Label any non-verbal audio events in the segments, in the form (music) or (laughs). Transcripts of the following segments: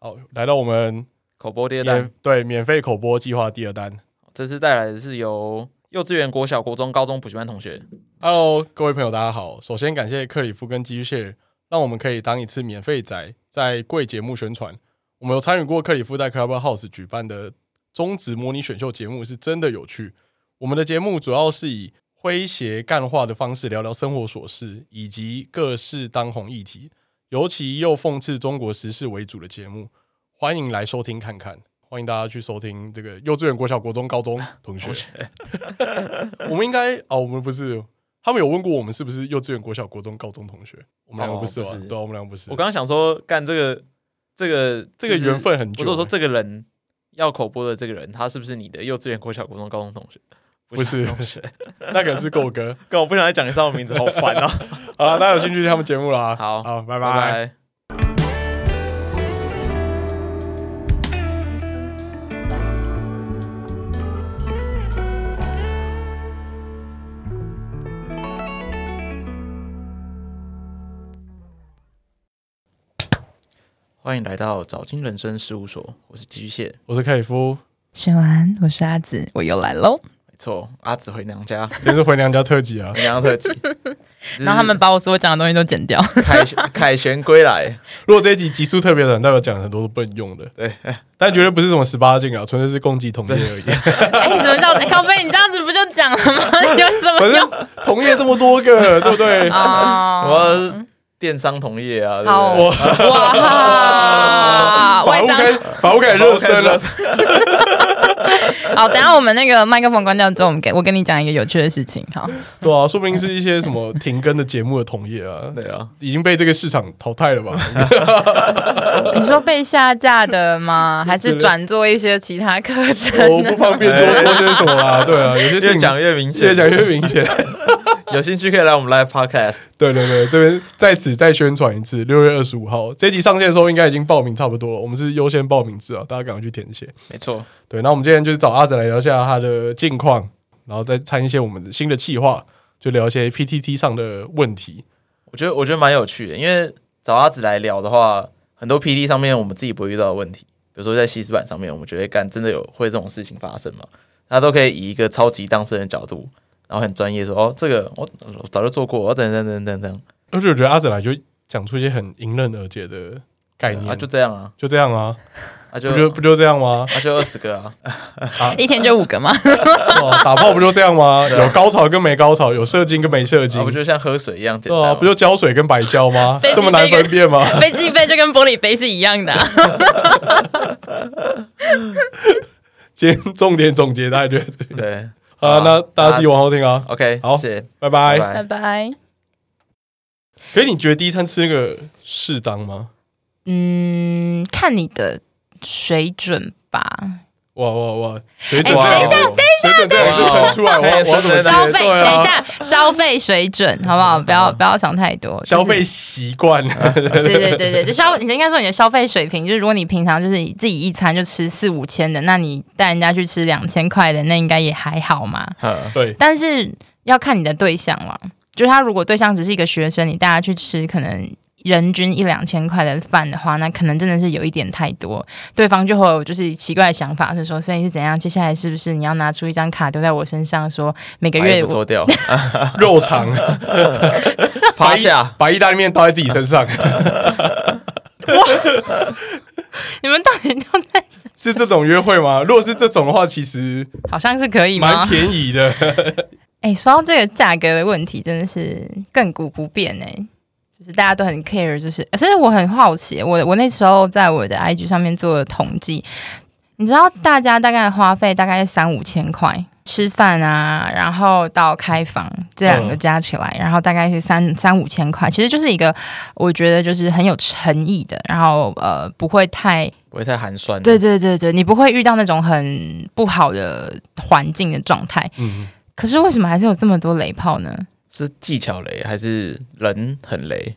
哦，来到我们口播第二单免，对免费口播计划第二单。这次带来的是由幼稚园、国小、国中、高中补习班同学， Hello，各位朋友，大家好。首先感谢克里夫跟机械，让我们可以当一次免费仔，在贵节目宣传。我们有参与过克里夫在 Clubhouse 举办的中职模拟选秀节目，是真的有趣。我们的节目主要是以诙谐干话的方式聊聊生活琐事以及各式当红议题，尤其又讽刺中国时事为主的节目，欢迎来收听看看。欢迎大家去收听这个幼稚园、国小、国中、高中同学。我们应该哦，我们不是，他们有问过我们是不是幼稚园、国小、国中、高中同学，我们两个不是吧？哦不是对啊、我们两个不是。我刚刚想说，干这个这个这个缘，分很就是久啊我了，说说这个人要口播的这个人，他是不是你的幼稚园、国小、国中、高中同学？不是同学， (laughs) 那个是够哥。跟我不想再讲一次我名字，好烦啊！好了，大家有兴趣听他们节目啦。好好，拜拜拜。拜。欢迎来到早金人生事务所，我是机械，我是克里夫，喜欢，我是阿紫，我又来喽。没错，阿紫回娘家，今天是回娘家特辑啊。回娘家特 (laughs) 辑，然后他们把我所有讲的东西都剪 (laughs) 掉。 (laughs) 凯旋凯旋归来，如果这一集集数特别短，代表讲了很多都不能用的，对，但绝对不是什么十八禁啊，纯粹是攻击同业而已。 (laughs) 哎、怎么叫、哎靠背？你这样子不就讲了吗？有什么反用？正同业这么多 (laughs) 个，对不对？啊哦，我要电商同业啊，对好不对？(laughs) 啊哇，法外务商开法务开始热身 (laughs) 了，好，等一下我们那个麦克风关掉之后，我们给我跟你讲一个有趣的事情。好，对啊，说不定是一些什么停更的节目的同业啊，对啊，已经被这个市场淘汰了 (laughs) 吧？你说被下架的吗？还是转做一些其他课 (laughs) 我程呢不？方便多说些什么啦，对啊，有些事越情讲越明显，越讲越明显。有兴趣可以来我们 live podcast。对对对，这边在此再宣传一次，六月二十五号这集上线的时候，应该已经报名差不多了。我们是优先报名制啊，大家赶快去填写。没错，对，那我们今天就是找阿仔来聊一下他的近况，然后再参一些我们的新的企划，就聊一些 PTT 上的问题。我觉得我觉得蛮有趣的，因为找阿紫来聊的话，很多 PD 上面我们自己不会遇到的问题，比如说在西斯版上面，我们觉得干真的有会这种事情发生吗？他都可以以一个超级当事人的角度，然后很专业说哦，这个我我早就做过，哦我等等等等等而且我觉得阿仔来就讲出一些很迎刃而解的概等，念，啊就就这样啊，就这样啊，啊就不就不就这样吗？啊就二十个 (laughs) 啊，一天就五个吗？哇哦打炮不就这样吗？ (laughs) 对啊有高潮跟没高潮，有射精跟没射精啊不，就像喝水一样简对单啊，吗，不就胶水跟白胶 (laughs) 吗？飞机这么难杯跟分辨吗？飞机杯就跟玻璃杯是一样的啊、今天重点总结，大家觉得对啊，那大家自己啊往后听啊， OK 好谢谢，拜拜拜。拜拜。拜。可是你觉得第一餐吃那个适当吗？嗯，看你的水准吧。哇哇哇！水哎准啊等一等一下，水下准这两个字等一下喷出来，我要哎我要怎么真的接消费，对啊等一下，消费水准好不好？不要不要想太多，就是消费。习惯，对对对对，就消，你应该说你的消费水平，就是如果你平常就是你自己一餐就吃四五千的，那你带人家去吃两千块的，那应该也还好嘛。嗯对，但是要看你的对象了，就是他如果对象只是一个学生，你带他去吃可能人均一两千块的饭的话，那可能真的是有一点太多，对方就会有就是奇怪的想法，是说所以是怎样？接下来是不是你要拿出一张卡丢在我身上，说每个把衣月服我脱 (laughs) 掉，肉肠趴下，把意大利面倒在自己身上， (laughs) (laughs) 你们到底要在？是这种约会吗？如果是这种的话，其实好像是可以吗蛮？便宜的。哎、说到这个价格的问题，真的是亘古不变哎、就是大家都很 care，就是，呃其实我很好奇，我我那时候在我的 IG 上面做了统计，你知道大家大概花费大概三五千块吃饭啊，然后到开房这两嗯个加起来，然后大概是三三五千块，其实就是一个我觉得就是很有诚意的，然后呃不会太不会太寒酸。对，对对对，你不会遇到那种很不好的环境的状态。嗯，可是为什么还是有这么多雷炮呢？是技巧雷还是人很雷？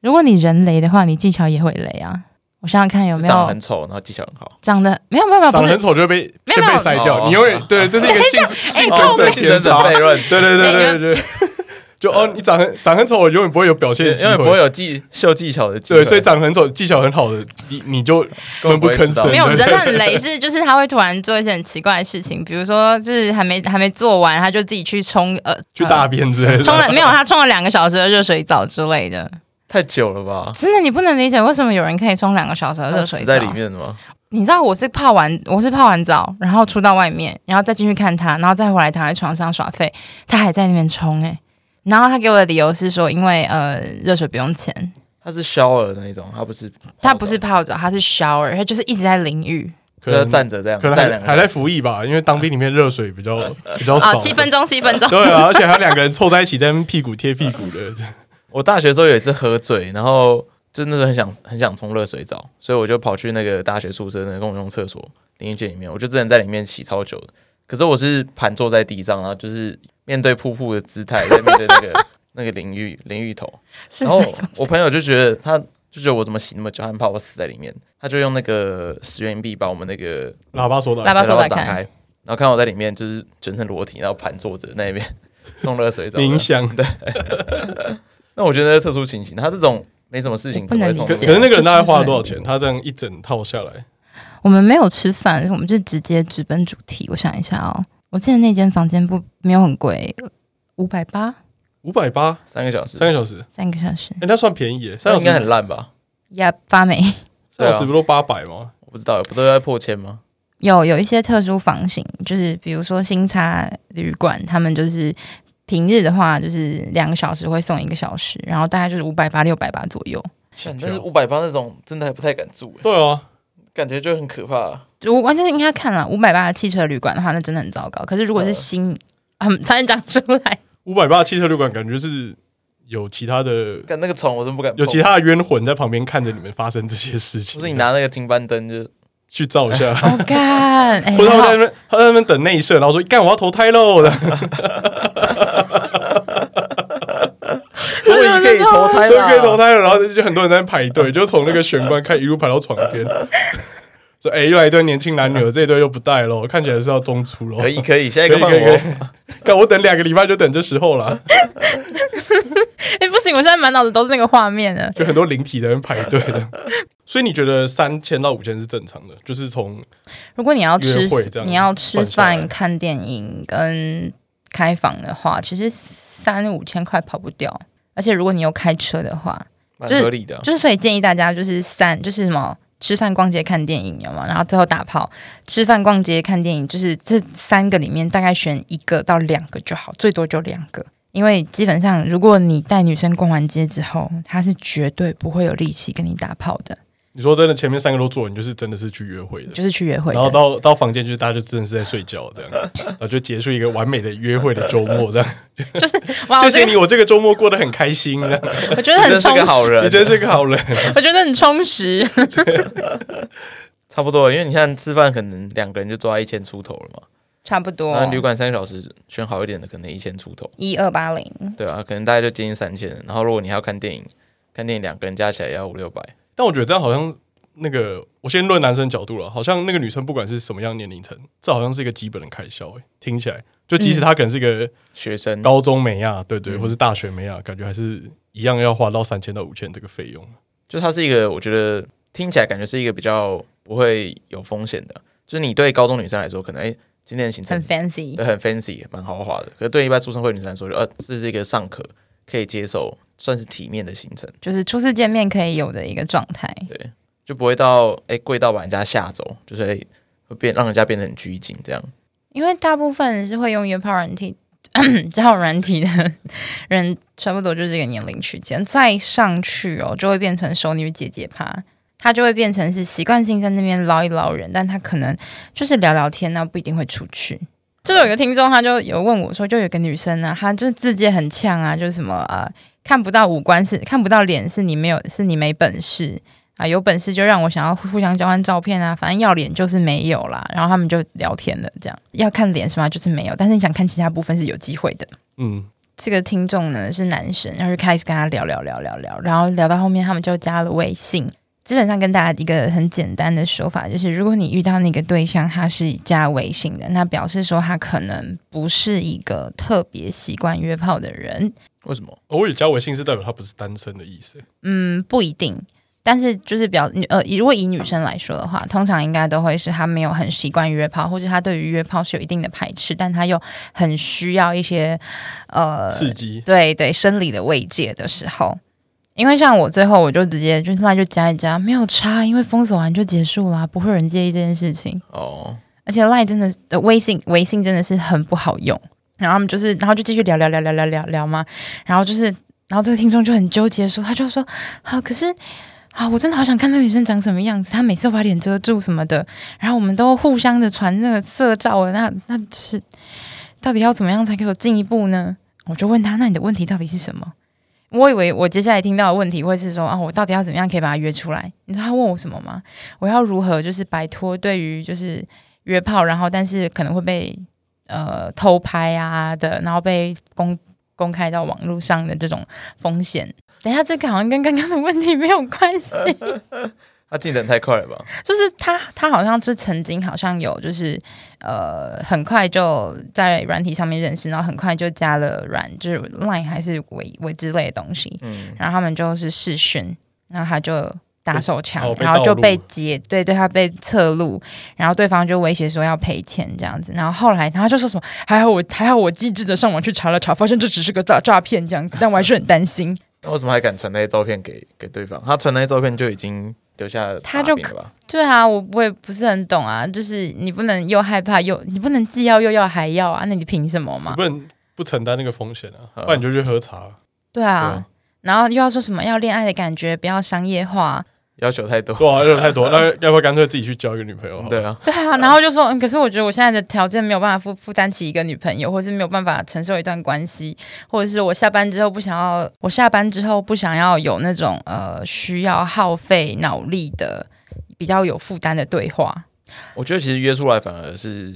如果你人雷的话，你技巧也会雷啊。我想想看有就没长得有很丑，然后技巧很好。长得没有没有没有长啊不得是很丑就会被没先有被筛掉，哦你会对，这是一个幸幸哎存者竞争偏差者。悖论，对对对对对对，就哦，你长很长很丑，永远不会有表现的机因为会，不会有技秀技巧的机会，对，所以长很丑、技巧很好的，你你就根本闷不不会吭知道声。没有，我对觉得很雷是，就是他会突然做一些很奇怪的事情，比如说就是还没还没做完，他就自己去冲呃 (laughs) 去大便之类呃的，冲了没有，他冲了两个小时的热水澡之类的。太久了吧？真的，你不能理解为什么有人可以冲两个小时的热水死澡在里。面的吗？你知道我是泡完我是泡完澡，然后出到外面，然后再进去看他，然后再回来躺在床上耍废，他还在那边冲哎、欸然后他给我的理由是说，因为呃热水不用钱，它是 shower 那一种，它不是泡澡，他不是泡澡，他是 shower，他就是一直在淋浴。可就要能站着这样，可能站两还个还小在时服役吧，因为当兵里面热水比 (laughs) 较比较啊少，，七分钟，七分钟。对啊，而且还有两个人凑在一起在那边屁股贴屁股的， (laughs) 我大学的时候有一次喝醉，然后就那时候很想很想冲热水澡，所以我就跑去那个大学宿舍那个公用厕所淋浴间里面，我就真的在里面洗超久的。可是我是盘坐在地上，然后就是面对瀑布的姿态，在面对那 (laughs) 个那个淋浴淋浴头。是然后我朋友就觉得他就觉得我怎么洗那么久，他很怕我死在里面，他就用那个十元币把我们那个喇叭说的喇叭手然打后开打开，然后看我在里面就是全身裸体，然后盘坐着那边 (laughs) 冲热水澡。冥想的，那我觉得那是特殊情形，他这种没什么事情我不怎么能会理冲可热解可水是那个人大概花了多少就钱？他这样一整套下来，我们没有吃饭，我们就直接直奔主题。我想一下哦，我记得那间房间不没有很贵，五百八五百八三个小时，三个小时，三个小时。哎，那算便宜耶，三那小应该时很烂吧？呀，发霉三小时对啊不都八百吗？我不知道，不都要破千吗？有有一些特殊房型，就是比如说新茶旅馆，他们就是平日的话，就是两个小时会送一个小时，然后大概就是五百八六百八左右。但是五百八那种真的还不太敢住、欸，对啊，感觉就很可怕、啊我完全是应该看了五百八的汽车旅馆的话，那真的很糟糕。可是如果是新，嗯，差点讲出来，五百八汽车旅馆感觉是有其他的看那个床我真不敢碰。有其他的冤魂在旁边看着你们发生这些事情，不是你拿那个金斑灯就去照一下， (laughs) 我干，哎或者他们好在那边他在那边等内射，然后说干我要投胎 (laughs) 喽的，哎终于可以投胎所以可以投了。胎了，然后就很多人在那边排队，就从那个玄关开一路排到床边。 (laughs) 说哎，又来一对年轻男女了，这一对又不带喽，看起来是要中出喽。可以可以，下可一以，哦可个以换可以我。， (laughs) 干我等两个礼拜就等这时候了， (laughs) 哎、不行，我现在满脑子都是那个画面了。就很多灵体在那边排队 (laughs) 的。所以你觉得三千到五千是正常的，就是从如果你要约吃会这，样你要吃换下来饭、看电影跟开房的话，其实三五千块跑不掉。而且如果你有开车的话，蛮就是合理的啊、就是所以建议大家就是三就是什么吃饭、逛街、看电影，有吗？然后最后打炮，吃饭、逛街、看电影，就是这三个里面大概选一个到两个就好，最多就两个。因为基本上，如果你带女生逛完街之后，她是绝对不会有力气跟你打炮的，你说真的前面三个都做，你就是真的是去约会的。就是去约会的。然后到到房间，就是大家就真的是在睡觉这样，然后就结束一个完美的约会的周末这样。哇，谢谢我觉得你，我这个周末过得很开心，这样我觉得你很真是充个好实，人，啊你真是个好人。我觉得很充实。 (laughs) 差不多。因为你看吃饭可能两个人就抓一千出头了嘛，差不多那旅馆三个小时选好一点的可能一千出头。一二八零。对啊，可能大概就接近三千。然后如果你还要看电影，看电影两个人加起来也要五六百。但我觉得这样好像那个，我先论男生角度了，好像那个女生不管是什么样年龄层，这好像是一个基本的开销、欸。听起来，就即使她可能是一个学生高中美亚，对对，嗯或是大学美亚，感觉还是一样要花到三千到五千这个费用。就它是一个，我觉得听起来感觉是一个比较不会有风险的。就是你对高中女生来说，可能哎、今天的行程很 fancy，对很 fancy，蛮豪华的。可是对一般出社会女生来说，就呃这是一个尚可可以接受，算是体面的行程，就是初次见面可以有的一个状态。就不会到哎贵、到把人家吓走，就是、哎会变让人家变得很拘谨这样。因为大部分人是会用约炮软体、 (clears throat) 交友软体的人，差不多就是这个年龄区间。再上去哦，就会变成熟女姐姐趴，她就会变成是习惯性在那边捞一捞人，但她可能就是聊聊天，那不一定会出去。就是有一个听众，他就有问我说，就有个女生啊，她就是字界很呛啊，就是什么呃，看不到五官是看不到脸，是你没有，是你没本事。啊，有本事就让我想要互相交换照片啊，反正要脸就是没有啦。然后他们就聊天了，这样要看脸是吗？就是没有，但是你想看其他部分是有机会的。嗯，这个听众呢是男生，然后就开始跟他聊聊聊聊聊，然后聊到后面他们就加了微信，基本上跟大家一个很简单的说法，就是如果你遇到那个对象，他是加微信的，那表示说他可能不是一个特别习惯约炮的人。为什么？哦我以为加微信是代表他不是单身的意思。嗯，不一定。但是就是表女呃，以如果以女生来说的话，通常应该都会是她没有很习惯约炮，或者她对于约炮是有一定的排斥，但她又很需要一些呃刺激，对对，生理的慰藉的时候。因为像我最后我就直接就那就加一加，没有差，因为封锁完就结束啦，不会有人介意这件事情。哦，而且赖真的是，呃，微信微信真的是很不好用。然后他们就是，然后就继续聊聊聊聊聊聊聊嘛。然后就是，然后这个听众就很纠结说，他就说，啊，可是啊，我真的好想看那女生长什么样子，她每次都把脸遮住什么的。然后我们都互相的传那个色照啊，那那就是到底要怎么样才可以有进一步呢？我就问他，那你的问题到底是什么？我以为我接下来听到的问题会是说啊，我到底要怎么样可以把她约出来？你知道他问我什么吗？我要如何就是摆脱对于就是约炮，然后但是可能会被呃偷拍啊的，然后被公公开到网络上的这种风险。等一下，这个好像跟刚刚的问题没有关系， (laughs) 他啊进展太快了吧？就是他他好像就曾经好像有就是呃很快就在软体上面认识，然后很快就加了软就是 Line 还是微微之类的东西，嗯，然后他们就是试训，然后他就打手枪，哦被然后就盗录被截，对对，他被侧录，然后对方就威胁说要赔钱这样子，然后后来然后他就说什么，还好我还好我机智的上网去查了查，发现这只是个诈诈骗这样子，但我还是很担心。那为什么还敢传那些照片给给对方？他传那些照片就已经留下了他就把柄了吧？ (laughs) 对啊，我我也不是很懂啊，就是你不能又害怕又你不能既要又要还要啊，那你凭什么你嘛？不能不承担那个风险啊，嗯不然你就去喝茶。对对啊。然后又要说什么要恋爱的感觉，不要商业化，要求太多。对啊，有点太多，那要不要干脆自己去交一个女朋友好了？对啊， (laughs) 对啊，然后就说，嗯，可是我觉得我现在的条件没有办法负负担起一个女朋友，或是没有办法承受一段关系，或者是我下班之后不想要，我下班之后不想要有那种呃需要耗费脑力的比较有负担的对话。我觉得其实约出来反而是，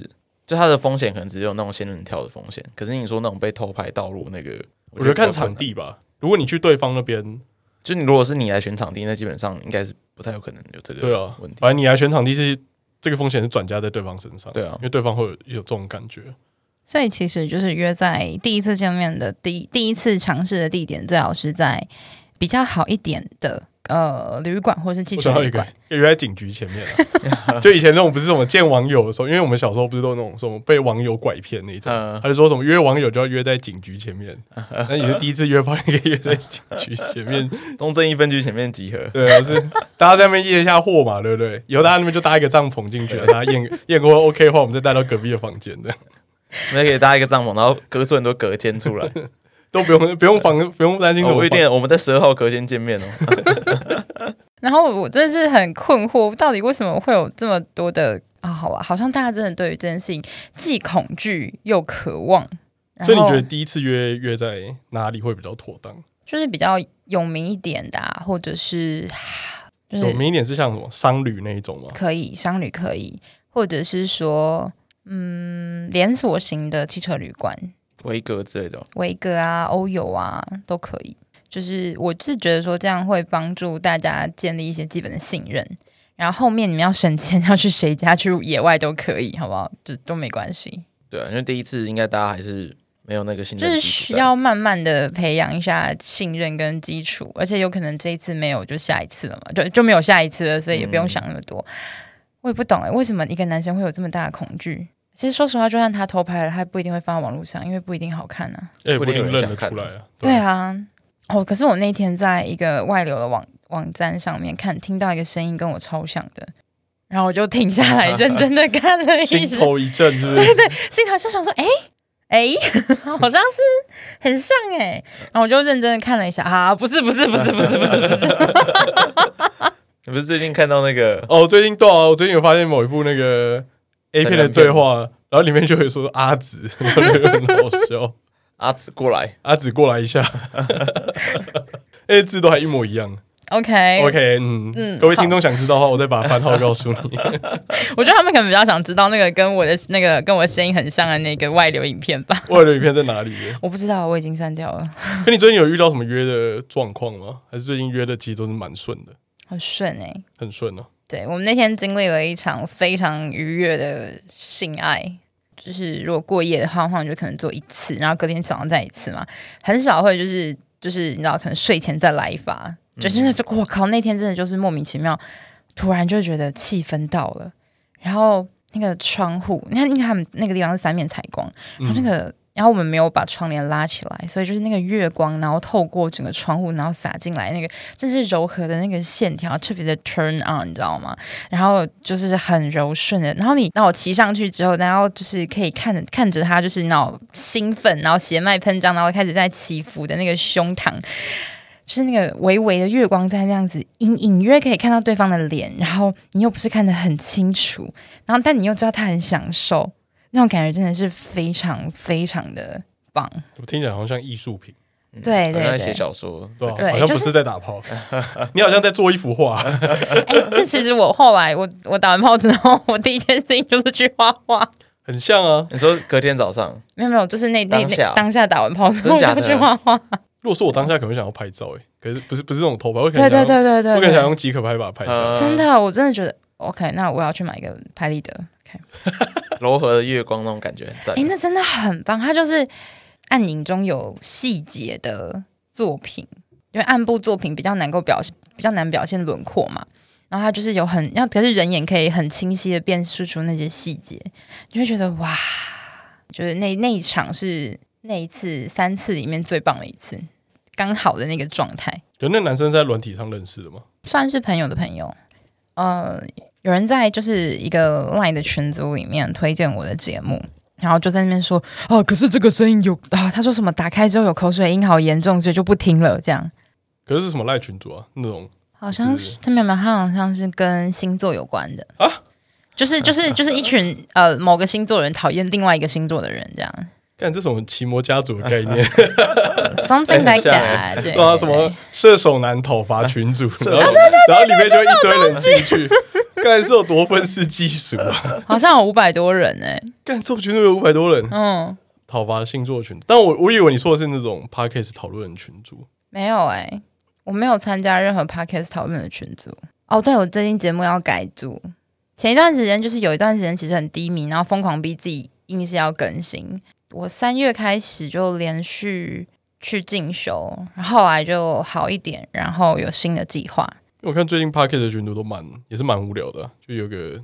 就它的风险可能只有那种仙人跳的风险。可是你说那种被偷拍道路那个，我觉得看比较困场难，地吧。如果你去对方那边，就你如果是你来选场地，那基本上应该是不太有可能有这个对啊问，题。反正你来选场地是这个风险是转嫁在对方身上，对啊因为对方会有有这种感觉。所以其实就是约在第一次见面的第第一次尝试的地点，最好是在比较好一点的呃旅馆或是汽我车想到旅一个馆。，约在警局前面 (laughs) 啊。就以前那种不是什么见网友的时候，因为我们小时候不是都那种什么被网友拐骗那一种，嗯他就说什么约网友就要约在警局前 (laughs) 面。那你是第一次约炮，你可以约在警局前面， (laughs) 东正一分局前面集合，对啊，是大家在那边验一下货嘛，对不对？以后大家那边就搭一个帐篷进去，大家验验过 OK 的话，我们再带到隔壁的房间的，我们可以搭一个帐篷，然后隔出很多隔 (laughs) 间出来。都不用不用防不用担心怎哦么我防。一定，我们在十二号隔间见面哦。 (laughs) 然后我真的是很困惑，到底为什么会有这么多的啊？好啊，好像大家真的对于这件事情既恐惧又渴望。然所以你后觉得第一次约约在哪里会比较妥当？就是比较有名一点的、啊，或者是啊就有是名一点是像什么商旅那一种吗？可以商旅可以，或者是说嗯连锁型的汽车旅馆，维格之类的哦，维格啊、欧友啊都可以。就是我是觉得说这样会帮助大家建立一些基本的信任，然后后面你们要省钱要去谁家去野外都可以，好不好？就都没关系，对啊，因为第一次应该大家还是没有那个信就任是基础需在要慢慢的培养一下信任跟基础，而且有可能这一次没有就下一次了嘛，就就没有下一次了，所以也不用想那么多。我也不懂哎、为什么一个男生会有这么大的恐惧？其实说实话，就算他偷拍了，他也不一定会放在网络上，因为不一定好看啊。哎、不不一定一定有人认想得看出来啊。对，啊，哦，可是我那天在一个外流的网网站上面看，听到一个声音跟我超像的，然后我就停下来认真的看了 (laughs) 一心眼，头一震，是不是？心头就想说，哎、诶， (laughs) 好像是很像哎、然后我就认真的看了一下，啊，不是不是不是不是不是不是，你不是最近看到那个哦，最近对啊，我最近有发现某一部那个 A 片的对话，然后里面就会说阿紫， (laughs) 然后就很好笑，阿紫过来？阿紫过来一下， (laughs) 哎、字都还一模一样。 OK (laughs) OK，嗯嗯各位听众想知道的话，我再把番号告诉你。 (laughs) 我觉得他们可能比较想知道那个跟我的那个跟我声音很像的那个外流影片吧，外流影片在哪里？我不知道，我已经删掉了。可你最近有遇到什么约的状况吗？还是最近约的其实都是蛮顺的？很顺哎、很顺哦、对我们那天经历了一场非常愉悦的性爱，就是如果过夜的话，话就可能做一次，然后隔天早上再一次嘛，很少会就是就是你知道，可能睡前再来一发，就是这我靠，那天真的就是莫名其妙，突然就觉得气氛到了，然后那个窗户，你看你看他们那个地方是三面采光，嗯然后那个。然后我们没有把窗帘拉起来，所以就是那个月光，然后透过整个窗户，然后洒进来，那个真是柔和的那个线条，特别的 turn on，你知道吗？然后就是很柔顺的，然后你让我骑上去之后，然后就是可以看着看着它，就是那种兴奋，然后血脉喷张，然后开始在起伏的那个胸膛，就是那个微微的月光在那样子隐隐约可以看到对方的脸，然后你又不是看得很清楚，然后但你又知道他很享受，那种感觉真的是非常非常的棒，我听起来好像艺术品，对对嗯在对写，小说，对吧、对好像就不是是在打炮，你好像在做一幅画。 (laughs) 哎、这其实我后来我我打完炮之后，我第一件事情就是去画画。很像啊。你说隔天早上，没有没有，就是那那当那下当下打完炮之真后假的就去画画。如果是我当下可能想要拍照、欸，可是不是不是这种偷拍，我可能对想对要对对对，我可能想对用即可拍把它拍下来。嗯真的，我真的觉得 OK。那我要去买一个拍立得。OK，柔和的月光那种感觉很赞哎、。那真的很棒，它就是暗影中有细节的作品，因为暗部作品比较难够表现，比较难表现轮廓嘛。然后它就是有很，要可是人眼可以很清晰的辨识出那些细节，你就会觉得哇，就是那那一场是那一次三次里面最棒的一次，刚好的那个状态。就那男生是在软体上认识的嘛，算是朋友的朋友，呃，有人在就是一个 LINE 的群组里面推荐我的节目。然后就在那边说，啊，可是这个声音有啊，他说什么打开之后有口水音，好严重，所以就不听了。这样可是是什么赖群主啊？那种好像是他没有没有，他好像是跟星座有关的啊，就是就是就是一群呃某个星座人讨厌另外一个星座的人这样干这种奇魔家族的概念， ，something 哎 like 吓人 that，对对对 (laughs) 啊啊，对什么射手男讨伐群主，射手然后然后里面就一堆人进去， (laughs) 干是有多愤世嫉俗啊！好像有五百多人哎、干这部群组有五百多人嗯，讨伐星座群，但我我以为你说的是那种 podcast 讨论群组，没有哎、我没有参加任何 podcast 讨论的群组。哦，对，我最近节目要改组，前一段时间就是有一段时间其实很低迷，然后疯狂逼自己硬是要更新。我三月开始就连续去进修，然后后来就好一点，然后有新的计划。因为我看最近 podcast 的群组都蛮也是蛮无聊的啊，就有个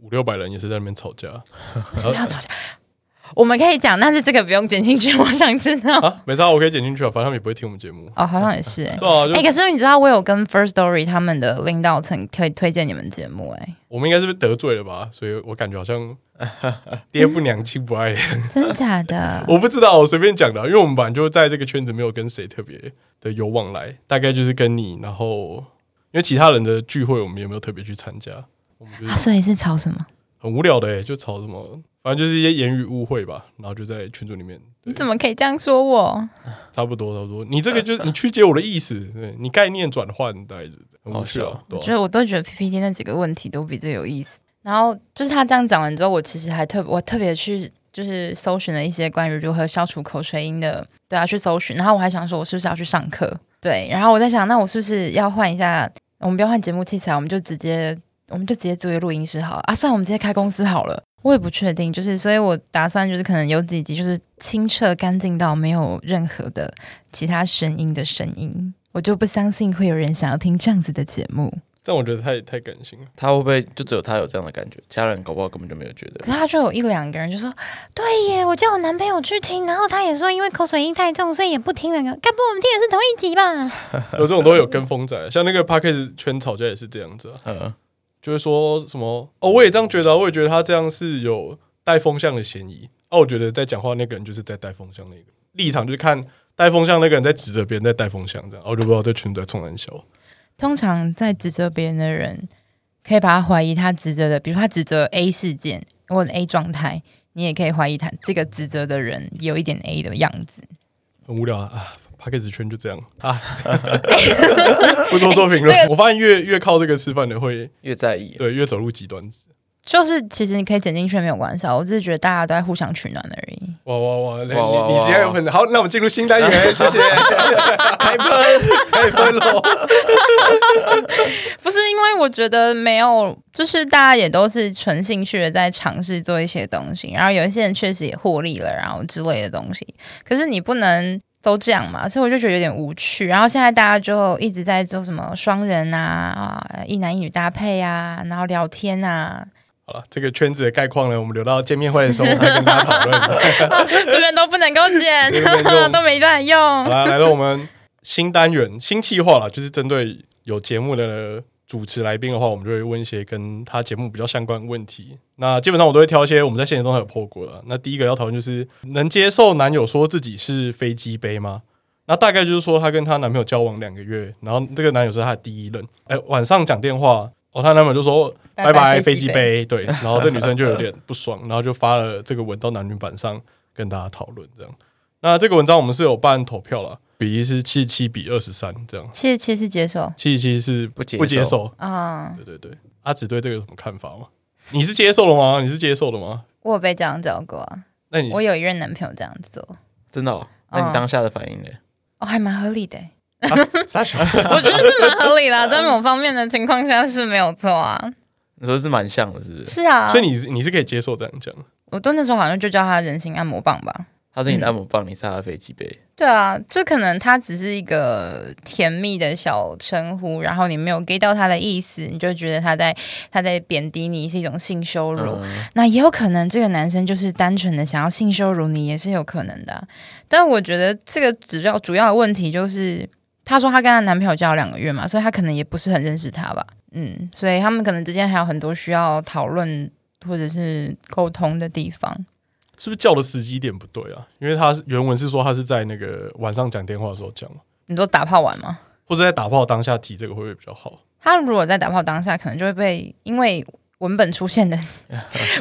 五六百人也是在那边吵 (laughs) 架为什么要吵架？我们可以讲，但是这个不用剪进去。我想知 (laughs) 道。啊，没差，我可以剪进去啊，反正他们也不会听我们节目。哦，好像也是 (laughs) 哎、对啊，就哎、可是你知道我有跟 First Story 他们的领导层推推荐你们节目哎、我们应该是被得罪了吧，所以我感觉好 (laughs) 像爹不娘亲不爱娘，？真假的我不知道，我随便讲的啊，因为我们本来就在这个圈子没有跟谁特别的有往来，大概就是跟你，然后因为其他人的聚会我们也没有特别去参加，我们就是啊，所以是吵什么？很很无聊的、欸，就吵什么，反正就是一些言语误会吧，然后就在群组里面，对你怎么可以这样说我？差不多差不多，你这个就是 (laughs) 你曲解我的意思，对你概念转换，大概就是很无好趣笑啊，哦我对觉啊，得我都觉得 PPT 那几个问题都比这有意思。然后就是他这样讲完之后，我其实还特我特别去就是搜寻了一些关于如何消除口水音的，对啊，去搜寻。然后我还想说，我是不是要去上课？对，然后我在想，那我是不是要换一下？我们不要换节目器材，我们就直接我们就直接租一个录音室好了啊！算了，我们直接开公司好了。我也不确定，就是所以，我打算就是可能有几集就是清澈干净到没有任何的其他声音的声音，我就不相信会有人想要听这样子的节目。但我觉得太太感性了，他会不会就只有他有这样的感觉？其他人搞不好根本就没有觉 (laughs) 得。可是他就有一两个人就说：“对耶，我叫我男朋友去听，然后他也说因为口水音太重，所以也不听了。该不会我们听的是同一集吧有这种都会有跟风仔，像那个 p a c k a g e 圈吵架也是这样子啊。嗯，就会说什么哦，我也这样觉得啊、我也觉得他这样是有带风向的嫌疑。哦、我觉得在讲话那个人就是在带风向那个立场，就是看带风向那个人在指着别人在带风向这样。哦、我就不知道这群主在冲人笑。？”通常在指责别人的人，可以把他怀疑他指责的，比如他指责 A 事件或者 A 状态，你也可以怀疑他这个指责的人有一点 A 的样子。很无聊啊啊 p a c k a g e 圈就这样 (laughs) 啊， (laughs) 不多做评论。我发现越越靠这个吃饭的会越在意。对越走入极端值。就是其实你可以剪进去没有关系啊，我只是觉得大家都在互相取暖而已。哇哇哇！你哇哇你你哇直接有粉，好，那我们进入新单 (laughs) 元，谢谢，开喷，开分喽。不是因为我觉得没有，就是大家也都是纯兴趣的在尝试做一些东西，然后有一些人确实也获利了，然后之类的东西。可是你不能都这样嘛，所以我就觉得有点无趣。然后现在大家就一直在做什么双人啊啊，一男一女搭配啊，然后聊天啊，好了， (laughs) 这个圈子的概况呢，我们留到见面会的时候我们再跟大家讨 (laughs) 论。这边都不能够剪这边就，都没办法好用。啦，来到我们新单元、新计划了，就是针对有节目的主持来宾的话，我们就会问一些跟他节目比较相关的问题。那基本上我都会挑一些我们在现实中还有破过的。那第一个要讨论就是，能接受男友说自己是飞机杯吗？那大概就是说，她跟她男朋友交往两个月，然后这个男友是她的第一任。哎、晚上讲电话，哦，她男朋友就说拜拜拜拜飞飞机机杯， (laughs) 对，然后这女生就有点不爽，然后就发了这个文到男女版上跟大家讨论这样。那这个文章我们是有办投票了，比例是七七比二十三这样，七十七是接受七七是不接受不接受，啊、对对对。阿紫对这个有什么看法吗？你是接受了吗？你是接受了吗？我有被这样教过啊，那你我有一任男朋友这样做，真的、哦？那嗯你当下的反应呢？哦，还蛮合理的欸、傻小， (laughs) 我觉得是蛮合理 (laughs) 的啊、在某方面的情况下是没有错啊。你说是蛮像的，是不是？是啊， (laughs) 所以你是你是可以接受这样讲，我蹲的时候好像就叫他人形按摩棒吧。他是你的按摩棒，你是他的飞机杯。对啊，就可能他只是一个甜蜜的小称呼，然后你没有 get 到他的意思，你就觉得他在他在贬低你是一种性羞辱。嗯，那也有可能这个男生就是单纯的想要性羞辱你，也是有可能的啊、但我觉得这个主要主要的问题就是，她说她跟她男朋友交往两个月嘛，所以她可能也不是很认识他吧，嗯，所以他们可能之间还有很多需要讨论或者是沟通的地方。是不是叫的时机点不对啊？因为他是原文是说他是在那个晚上讲电话的时候讲嘛，你说打炮完吗？或者在打炮当下提这个会不会比较好？他如果在打炮当下，可能就会被因为文本出现的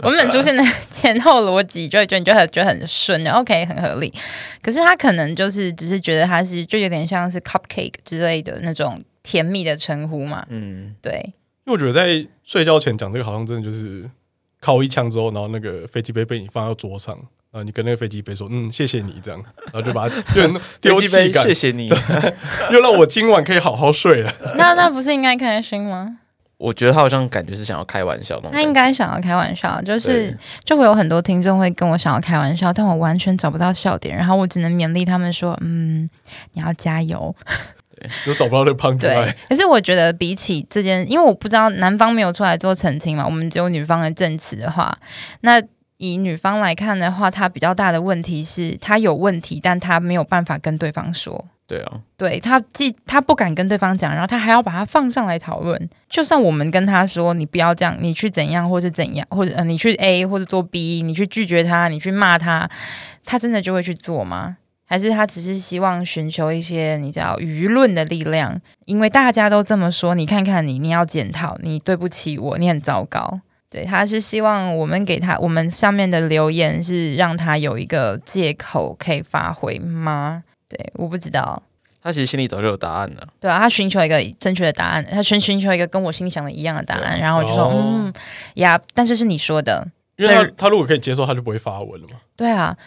文本出现的前后逻辑，就会觉得你就很觉得很顺，OK，很合理。可是他可能就是只是觉得他是就有点像是 cupcake 之类的那种甜蜜的称呼嘛，嗯，对。因为我觉得在睡觉前讲这个好像真的就是靠一枪之后，然后那个飞机杯被你放到桌上，然后你跟那个飞机杯说嗯谢谢你这样，然后就把它就很丢飞机弃杯，感 (laughs) 谢，谢你。又让我今晚可以好好睡了。那那不是应该开心吗？我觉得他好像感觉是想要开玩笑那种他应感该想要开玩笑，觉就是对就会有很多听众会跟我想要开玩笑，但我完全找不到笑点，然后我只能勉励他们说：“嗯，你要加油。”又找不到那个胖子对来，，可是我觉得比起这件，因为我不知道男方没有出来做澄清嘛，我们只有女方的证词的话，那以女方来看的话，她比较大的问题是她有问题，但她没有办法跟对方说。对啊，对她既她不敢跟对方讲，然后她还要把它放上来讨论。就算我们跟她说你不要这样，你去怎样或是怎样，或者、呃、你去 A 或者做 B，你去拒绝她，你去骂她，她真的就会去做吗？还是她只是希望寻求一些你知道舆论的力量？因为大家都这么说，你看看你，你要检讨，你对不起我，你很糟糕。对，她是希望我们给她，我们上面的留言是让她有一个借口可以发挥吗？对，我不知道。他其实心里早就有答案了。对啊，他寻求一个正确的答案，他寻寻求一个跟我心里想的一样的答案，然后我就说，哦嗯呀，但是是你说的，因为他所以他如果可以接受，他就不会发文了嘛。对啊，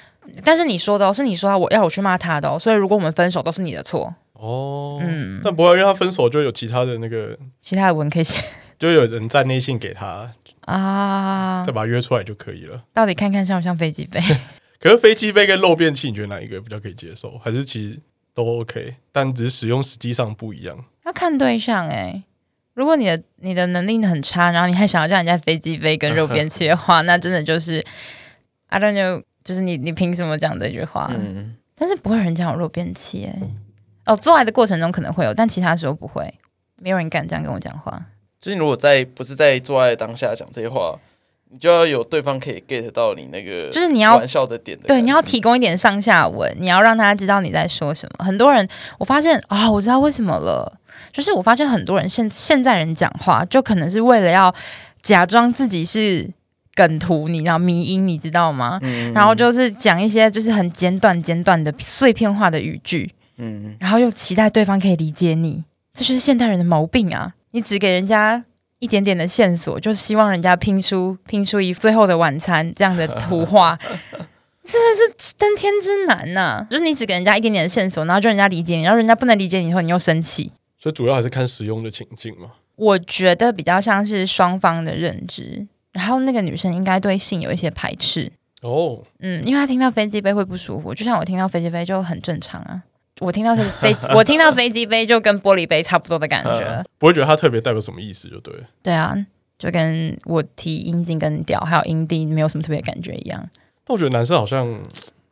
但是你说的、哦，是你说我要我去骂他的、哦，所以如果我们分手都是你的错，哦，嗯，但不会，因为他分手就有其他的那个，其他的文可以写 (laughs) 就有人在内信给他，啊再，把他约出来就可以了。到底看看像不像飞机 (laughs) 杯？可是飞机杯跟漏便器，你觉得哪一个比较可以接受？还是其实都 OK，但只是使用实际上不一样？要看对象哎、如果你的你的能力很差，然后你还想要叫人家飞机 (laughs) 杯跟肉边切的话，那真的就是 I don't know，就是你你凭什么讲这句话？嗯，但是不会有人讲我肉便器哎、哦，做爱的过程中可能会有，但其他时候不会，没有人敢这样跟我讲话。就是你如果在不是在做爱的当下讲这些话，你就要有对方可以 get 到你那个，就是你要玩笑的点的感觉。呃对，你要提供一点上下文，你要让他知道你在说什么。很多人，我发现啊、我知道为什么了，就是我发现很多人现现在人讲话，就可能是为了要假装自己是梗图，你知道迷音，你知道吗？嗯，然后就是讲一些就是很简短、简短的碎片化的语句，嗯，然后又期待对方可以理解你，这就是现代人的毛病啊！你只给人家一点点的线索，就希望人家拼出拼出一最后的晚餐这样的图画，真的是登天之难呐、就是你只给人家一点点的线索，然后就人家理解你，然后人家不能理解你以后，你又生气。所以主要还是看使用的情境嘛。我觉得比较像是双方的认知，然后那个女生应该对性有一些排斥，哦，嗯，因为她听到飞机杯会不舒服，就像我听到飞机杯就很正常啊。我听到飞机，我听到飞机杯就跟玻璃杯差不多的感觉。不会觉得它特别代表什么意思就对了。 (laughs) 对啊，就跟我提阴茎跟屌还有阴蒂没有什么特别感觉一样。但我觉得男生好像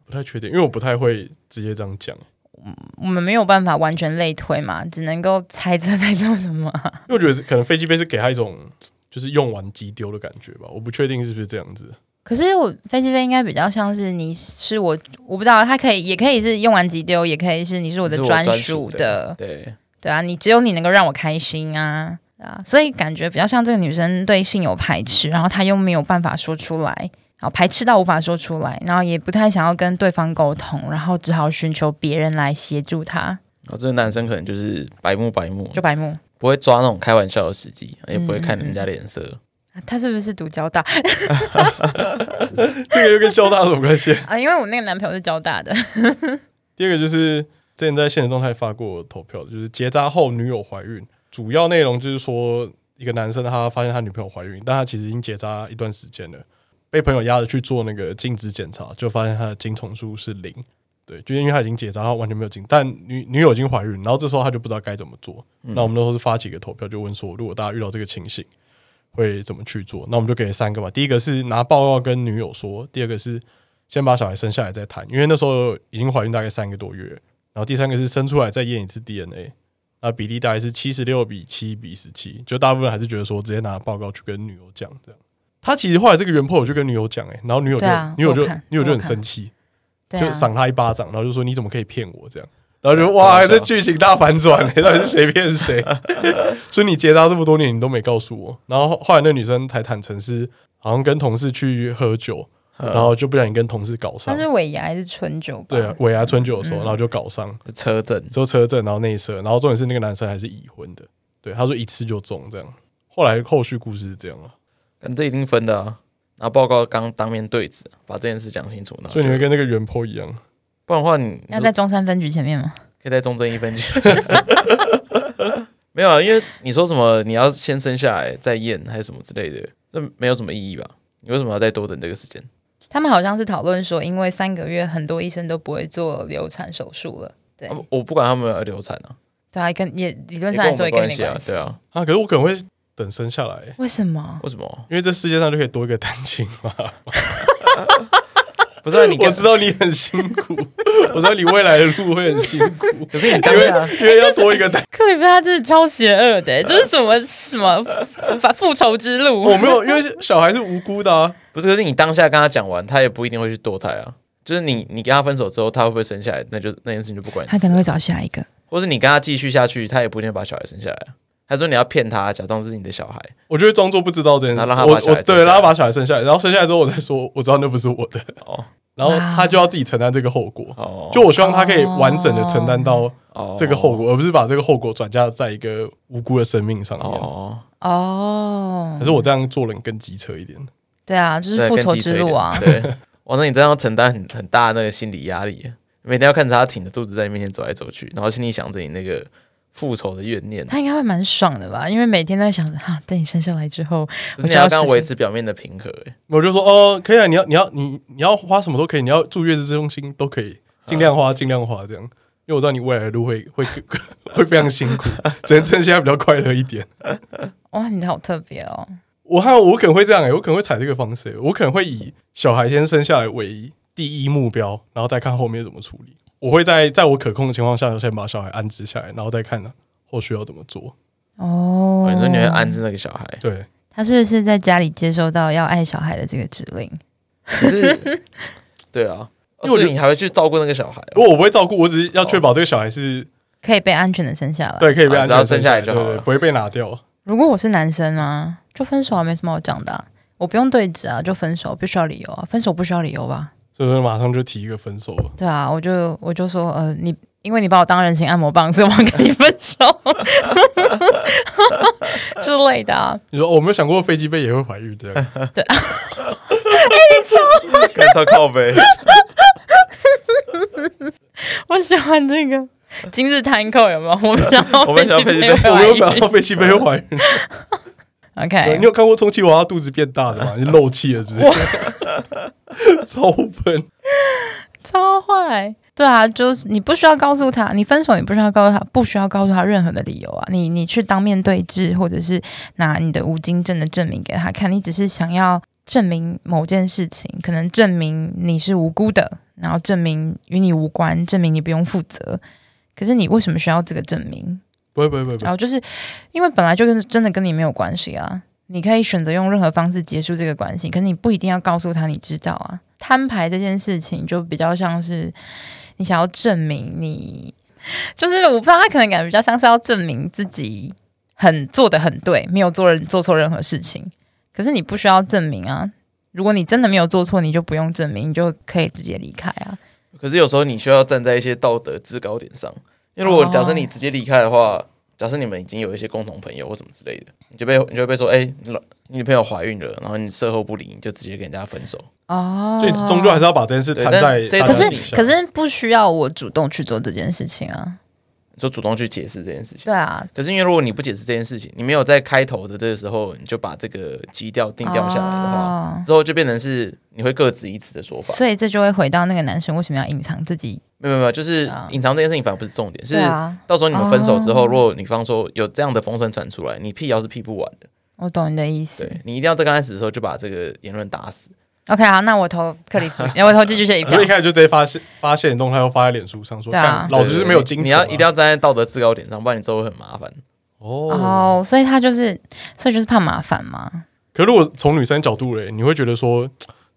不太确定，因为我不太会直接这样 (laughs) 讲，我们没有办法完全类推嘛，只能够猜测在做什么啊、因为我觉得可能飞机杯是给他一种就是用完即丢的感觉吧，我不确定是不是这样子。可是我飞机杯应该比较像是你是我，我不知道它可以也可以是用完即丢，也可以是你是我的是专属属的，对，对啊，你只有你能够让我开心啊。对啊，所以感觉比较像这个女生对性有排斥，然后她又没有办法说出来，然后排斥到无法说出来，然后也不太想要跟对方沟通，然后只好寻求别人来协助她，然后这个男生可能就是白目白目，就白目。不会抓那种开玩笑的时机，也不会看嗯嗯嗯人家脸色。啊她是不是读交大 (laughs) 这个又跟交大有什么关系？啊？因为我那个男朋友是交大的，第二个就是之前在现实动态发过投票的，就是结扎后女友怀孕，主要内容就是说一个男生他发现他女朋友怀孕，但他其实已经结扎一段时间了，被朋友压着去做那个精子检查，就发现他的精虫数是零。对，就因为他已经结扎，他完全没有精，但女女友已经怀孕，然后这时候他就不知道该怎么做。嗯那我们那时候是发几个投票，就问说，如果大家遇到这个情形，会怎么去做？那我们就给了三个嘛。第一个是拿报告跟女友说，第二个是先把小孩生下来再谈，因为那时候已经怀孕大概三个多月。然后第三个是生出来再验一次 DNA，那比例大概是七十六比七比十七，就大部分人还是觉得说直接拿报告去跟女友讲这样。他其实后来这个原 po 我就跟女友讲，哎，然后女友就、对啊女友就我有看女友就我有很看生气，对就啊，赏他一巴掌，然后就说你怎么可以骗我这样，然后就对哇，开玩笑这剧情大反转、欸，到底是谁骗谁？所以你结扎这么多年，你都没告诉我。然后后来那女生才坦诚是好像跟同事去喝酒，嗯然然后就不小心跟同事搞她上，是嗯尾牙还是纯酒吧？对啊，尾牙春酒的时候，然后就搞上，是车震，之后车震，然后内射，然后重点是那个男生还是已婚的，对，他说一次就中这样。后来后续故事是这样啊了，但这一定分的啊。然后报告刚当面对质，把这件事讲清楚。然后所以你就会跟那个原 po 一样，不然的话你，要在中山分局前面吗？可以在中正一分去。 (laughs) 没有啊，因为你说什么你要先生下来再验还是什么之类的，那没有什么意义吧？你为什么要再多等这个时间？他们好像是讨论说，因为三个月很多医生都不会做流产手术了，对啊我不管他们有没有流产啊，对啊，跟也理论也跟上来我说没也跟关你系啊，对啊，啊，可是我可能会等生下来、欸为什么？为什么？因为这世界上就可以多一个单亲嘛。不是、 (laughs) 啊、你我跟知道你很辛 (laughs) 苦，我知道你未来的路会很辛苦，可是你当下因为要多一个单。哎 (laughs) 克里夫他真的超邪恶的、欸这是什么什么复复仇之路？哎我没有，因为小孩是无辜的啊。不是，可是你当下跟他讲完，他也不一定会去堕胎啊。就是你你跟他分手之后，他会不会生下来，那就那件事情就不管你他的事可啊。能会找下一个。或是你跟他继续下去，他也不一定会把小孩生下来啊。他说你要骗他，假装是你的小孩，我就会装作不知道这件事，然后让他我把小孩我生下对，来让他把小孩生下来，然后生下来之后我再说，我知道那不是我的，哦然后他就要自己承担这个后果。哦就我希望他可以完整的承担到哦这个后果，而不是把这个后果转嫁在一个无辜的生命上面。哦，哦可，是我这样做人更机车一点，对啊，就是对复仇之路啊。更机车一点对，哇，那你这样要承担很很大的那个心理压力，啊每天要看着他挺着肚子在你面前走来走去，然后心里想着你那个复仇的怨念，啊他应该会蛮爽的吧？因为每天都在想着啊，等你生下来之后，就是你要跟他维持表面的平和、欸我就说哦，可以啊，你要你要你你要花什么都可以，你要住月子中心都可以，啊尽量花尽量花这样，因为我知道你未来的路会 (laughs) 会会非常辛苦， (laughs) 只能趁现在比较快乐一点。哇，你好特别哦。我还有我可能会这样、欸，我可能会采这个方式欸、我可能会以小孩先生下来为第一目标，然后再看后面怎么处理。我会在在我可控的情况下，先把小孩安置下来，然后再看啊后续要怎么做。哦哦，你说你会安置那个小孩，对，他是不是在家里接收到要爱小孩的这个指令？可是对啊，哦因为我所觉得以你还会去照顾那个小孩哦、如果我不会照顾，我只是要确保这个小孩是、可以被安全的生下来。对可以被啊安只置要生生下来来就好对对了不会被拿掉。如果我是男生啊，就分手啊，没什么好讲的啊、我不用对质啊，就分手，不需要理由啊，分手不需要理由吧？所以说马上就提一个分手了。对啊，我就我就说，呃，你因为你把我当人形按摩棒，所以我要跟你分手之类的、啊。你说、哦我没有想过飞机杯也会怀孕这样，可以超靠背。我喜欢这个今日摊扣有没有？我们想要我们想要飞飞机机杯 (laughs) 杯我没有怀想孕到飞机杯会怀孕。对 OK，你有看过充气娃娃肚子变大的吗？你漏气了是不是？ (laughs) 超笨，超坏。对啊，就是你不需要告诉他，你分手你不需要告诉他，不需要告诉他任何的理由啊。你你去当面对质，或者是拿你的无经证的证明给他看，你只是想要证明某件事情，可能证明你是无辜的，然后证明与你无关，证明你不用负责。可是你为什么需要这个证明？不会不会不会不然会，后哦就是因为本来就跟真的跟你没有关系啊，你可以选择用任何方式结束这个关系，可是你不一定要告诉他你知道啊。摊牌这件事情就比较像是你想要证明你，就是我不知道他可能感觉比较像是要证明自己很做的很对，没有做人做错任何事情。可是你不需要证明啊，如果你真的没有做错，你就不用证明，你就可以直接离开啊。 (laughs) 可是有时候你需要站在一些道德制高点上，因为如果哦假设你直接离开的话，假设你们已经有一些共同朋友或什么之类的，你就被你就会被说，哎、你老你女朋友怀孕了，然后你事后不理，你就直接跟人家分手。哦所以终究还是要把这件事对摊但在这大可家段底是下可是不需要我主动去做这件事情啊。你就主动去解释这件事情。对啊，可是因为如果你不解释这件事情，你没有在开头的这个时候你就把这个基调定调下来的话，哦之后就变成是你会各执一词的说法。所以这就会回到那个男生为什么要隐藏自己？没有没有没有，就是啊隐藏这件事情反而不是重点，是对啊，到时候你们分手之后，哦如果女方说有这样的风声传出来，你辟谣是辟不完的。我懂你的意思。对你一定要在刚开始的时候就把这个言论打死。 OK，好，那我投 (laughs) 克里夫，我投寄居蟹一你票就一。开始就直接发现发现动态，又发在脸书上说，对啊干老子就是没有啊精你神，要一定要站在道德制高点上，不然你之后会很麻烦。哦。哦，所以他就是，所以就是怕麻烦嘛。可如果从女生角度嘞，你会觉得说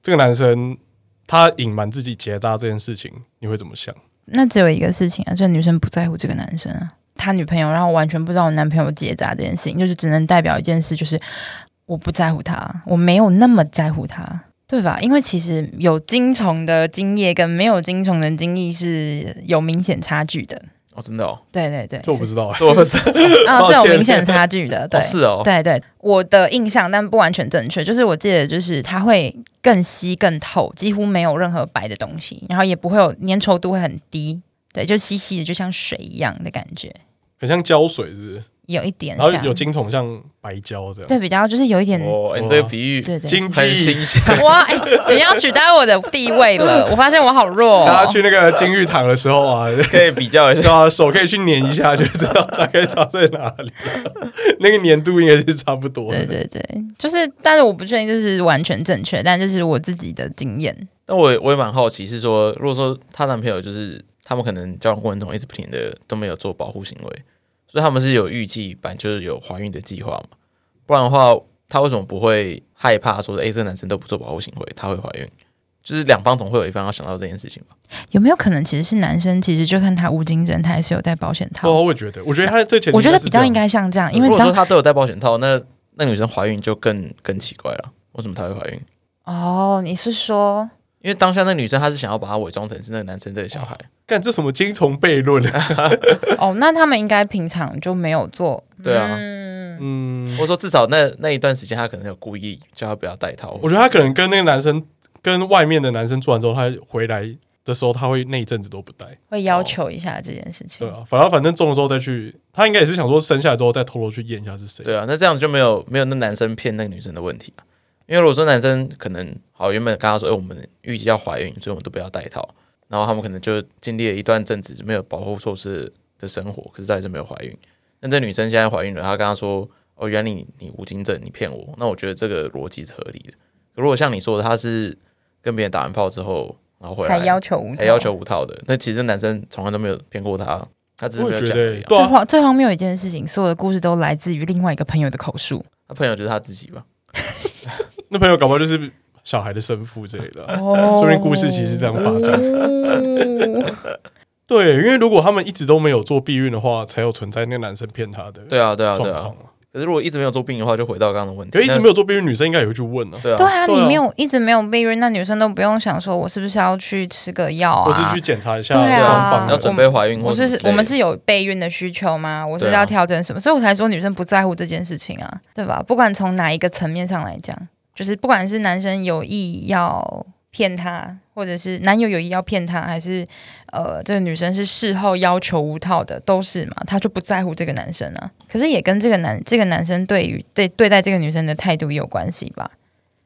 这个男生他隐瞒自己结扎这件事情，你会怎么想？那只有一个事情啊，这女生不在乎这个男生啊，他女朋友，然后完全不知道我男朋友结扎这件事情，就是只能代表一件事，就是我不在乎他，我没有那么在乎他，对吧？因为其实有精虫的精液跟没有精虫的精液是有明显差距的。哦，真的哦，对对对，这我不是知道哎、我不是 (laughs) 啊，抱是有歉明显差距 (laughs) 的，对，哦是哦，对对，我的印象但不完全正确，就是我记得就是它会更稀更透，几乎没有任何白的东西，然后也不会有粘稠度会很低，对，就稀稀的，就像水一样的感觉，很像胶水是不是？有一点然后像，有精虫像白胶这样，对，比较就是有一点，哦，哎你这个比喻对对。精很辟。新鲜。哇，哎、你要取代我的地位 (laughs) 了，我发现我好弱、大哦家。去那个金玉堂的时候 (laughs) 啊，可以比较一对下。啊，手可以去捻一下，就知道大概差在哪里了。 (laughs) 那个粘度应该是差不多的。对对对，就是，但是我不确定这是完全正确，但这是我自己的经验。那我也我也蛮好奇，是说，如果说她男朋友就是他们可能交往过程中一直不停的都没有做保护行为，所以他们是有预计版就是有怀孕的计划嘛？不然的话，她为什么不会害怕说，哎诶，这个男生都不做保护行为，他会怀孕？就是两方总会有一方要想到这件事情吧？有没有可能其实是男生，其实就算他无精神，他还是有戴保险套？哦，我也觉得，我觉得他这前提我觉得是比这较样嗯应该像这样，因为如只果说要她都有戴保险套，那那女生怀孕就更更奇怪了，为什么她会怀孕？哦，你是说因为当下那女生她是想要把她伪装成是那个男生这个小孩，干这什么精虫悖论啊？哦？那他们应该平常就没有做，对啊嗯，嗯或，者说至少那那一段时间她可能有故意叫她不要戴套，我觉得他可能跟那个男生，跟外面的男生做完之后，他回来的时候，他会那一阵子都不戴。会要求一下这件事情对。啊，反正反正中了之后再去，他应该也是想说生下来之后再偷偷去验一下是谁。对啊，那这样子就没有没有那男生骗那个女生的问题啊。因为如果说男生可能好原本跟他说，哎、我们预计要怀孕，所以我们都不要戴套，然后他们可能就经历了一段阵子没有保护措施的生活，可是她还是没有怀孕。那这女生现在怀孕了，她跟他说，哦，原来你你无精症，你骗我，那我觉得这个逻辑是合理的。如果像你说的，她是跟别人打完炮之后，然啊后回来才要求无，才要求，无套的，那其实男生从来都没有骗过她，她只是我没有也觉讲得而已、欸，啊。对最啊，荒最荒谬的一件事情，所有的故事都来自于另外一个朋友的口述。她朋友就是她自己吧。那朋友搞不好就是小孩的生父之类的啊。哦 (laughs) 说明故事其实是这样发展 (laughs) 啊展。对，因为如果他们一直都没有做避孕的话，才有存在那个男生骗他的对啊，对啊，状对况啊。啊。可是如果一直没有做避孕的话，就回到刚刚的问题。可一直没有有做避孕，女生应该也会去问呢、对对啊，啊，对啊你没有一直没有避孕，那女生都不用想说我是不是要去吃个药啊？或是去检查一下对啊双方要的。准备怀孕或我什么之是类的我们是有备孕的需求吗？我是对啊要调整什么？所以我才说女生不在乎这件事情啊，对吧？不管从哪一个层面上来讲，就是不管是男生有意要骗她，或者是男友有意要骗她，还是呃这个女生是事后要求无套的，都是嘛，她就不在乎这个男生啊。可是也跟这个男这个男生对于对对待这个女生的态度也有关系吧？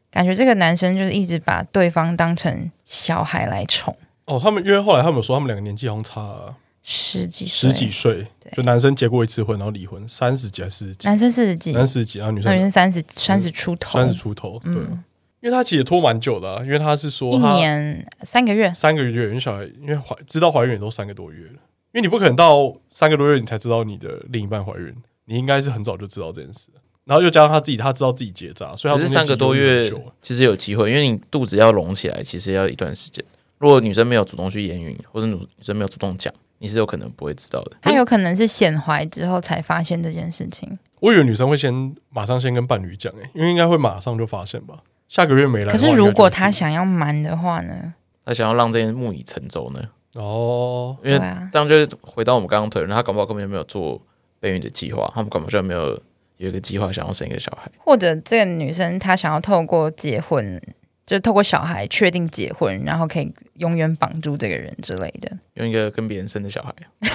感觉这个男生就是一直把对方当成小孩来宠，哦，他们因为后来他们有说他们两个年纪好像差十几岁十几岁对，就男生结过一次婚，然后离婚，三十几还是几？男生四十几，呃男十几，然后女那女生嗯生三十三十出头，三十出头。对，嗯，因为他其实也拖蛮久的啊、因为他是说一他年三个月，三个月，因为小孩因为怀知道怀孕也都三个多月了，因为你不可能到三个多月你才知道你的另一半怀孕，你应该是很早就知道这件事。然后又加上他自己，他知道自己结扎，所以他可是中间三个多月其实有很久了其实有机会，因为你肚子要隆起来，其实要一段时间。如果女生没有主动去言语，或者女生没有主动讲，你是有可能不会知道的。她有可能是显怀之后才发现这件事情。我以为女生会先马上先跟伴侣讲，哎，因为应该会马上就发现吧。下个月没来的话，可是如应果该她就会想要瞒的话呢？她想要让这件木已成舟呢，哦，因为对啊这样就回到我们刚刚讨论，她搞不好根本就没有做备孕的计划，他们搞不好就没有有一个计划想要生一个小孩。或者这个女生她想要透过结婚，就是透过小孩确定结婚，然后可以永远绑住这个人之类的。用一个跟别人生的小孩，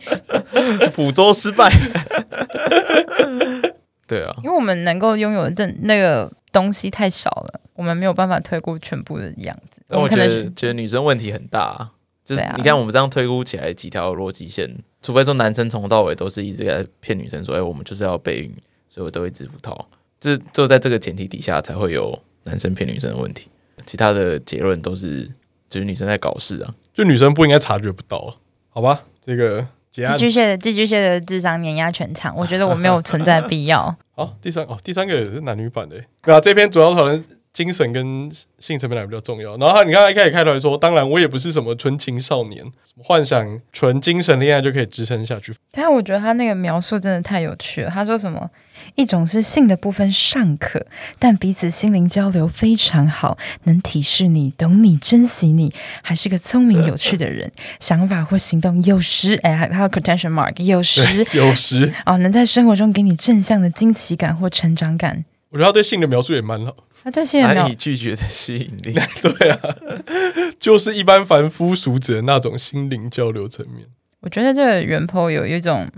(laughs) 抚州失败。 (laughs) 对啊，因为我们能够拥有的这那个东西太少了，我们没有办法推估全部的样子。但我们可觉能得是觉得女生问题很大、啊，就是对啊你看我们这样推估起来几条逻辑线，除非说男生从头到尾都是一直在骗女生说，哎、我们就是要备孕，所以我都会支付套。这就在这个前提底下才会有男生骗女生的问题，其他的结论都是就是女生在搞事啊。就女生不应该察觉不到啊，好吧？这个结案寄居蟹的寄居蟹的智商碾压全场，我觉得我没有存在必要。好，第三哦，第三个也是男女版的欸，对啊，这篇主要讨论精神跟性层面来比较重要。然后他你刚才一开始开头还说，当然我也不是什么纯情少年，什么幻想纯精神恋爱就可以支撑下去，但我觉得他那个描述真的太有趣了。他说什么？一种是性的部分尚可，但彼此心灵交流非常好，能体恤你、懂你、珍惜你，还是个聪明有趣的人，想法或行动有时哎，还还有 contention mark (laughs) 有时有时哦，能在生活中给你正向的惊奇感或成长感。我觉得他对性的描述也蛮好，他对性的难描以拒绝的吸引力，对啊，就是一般凡夫俗子的那种心灵交流层面。我觉得这个原 po 有一种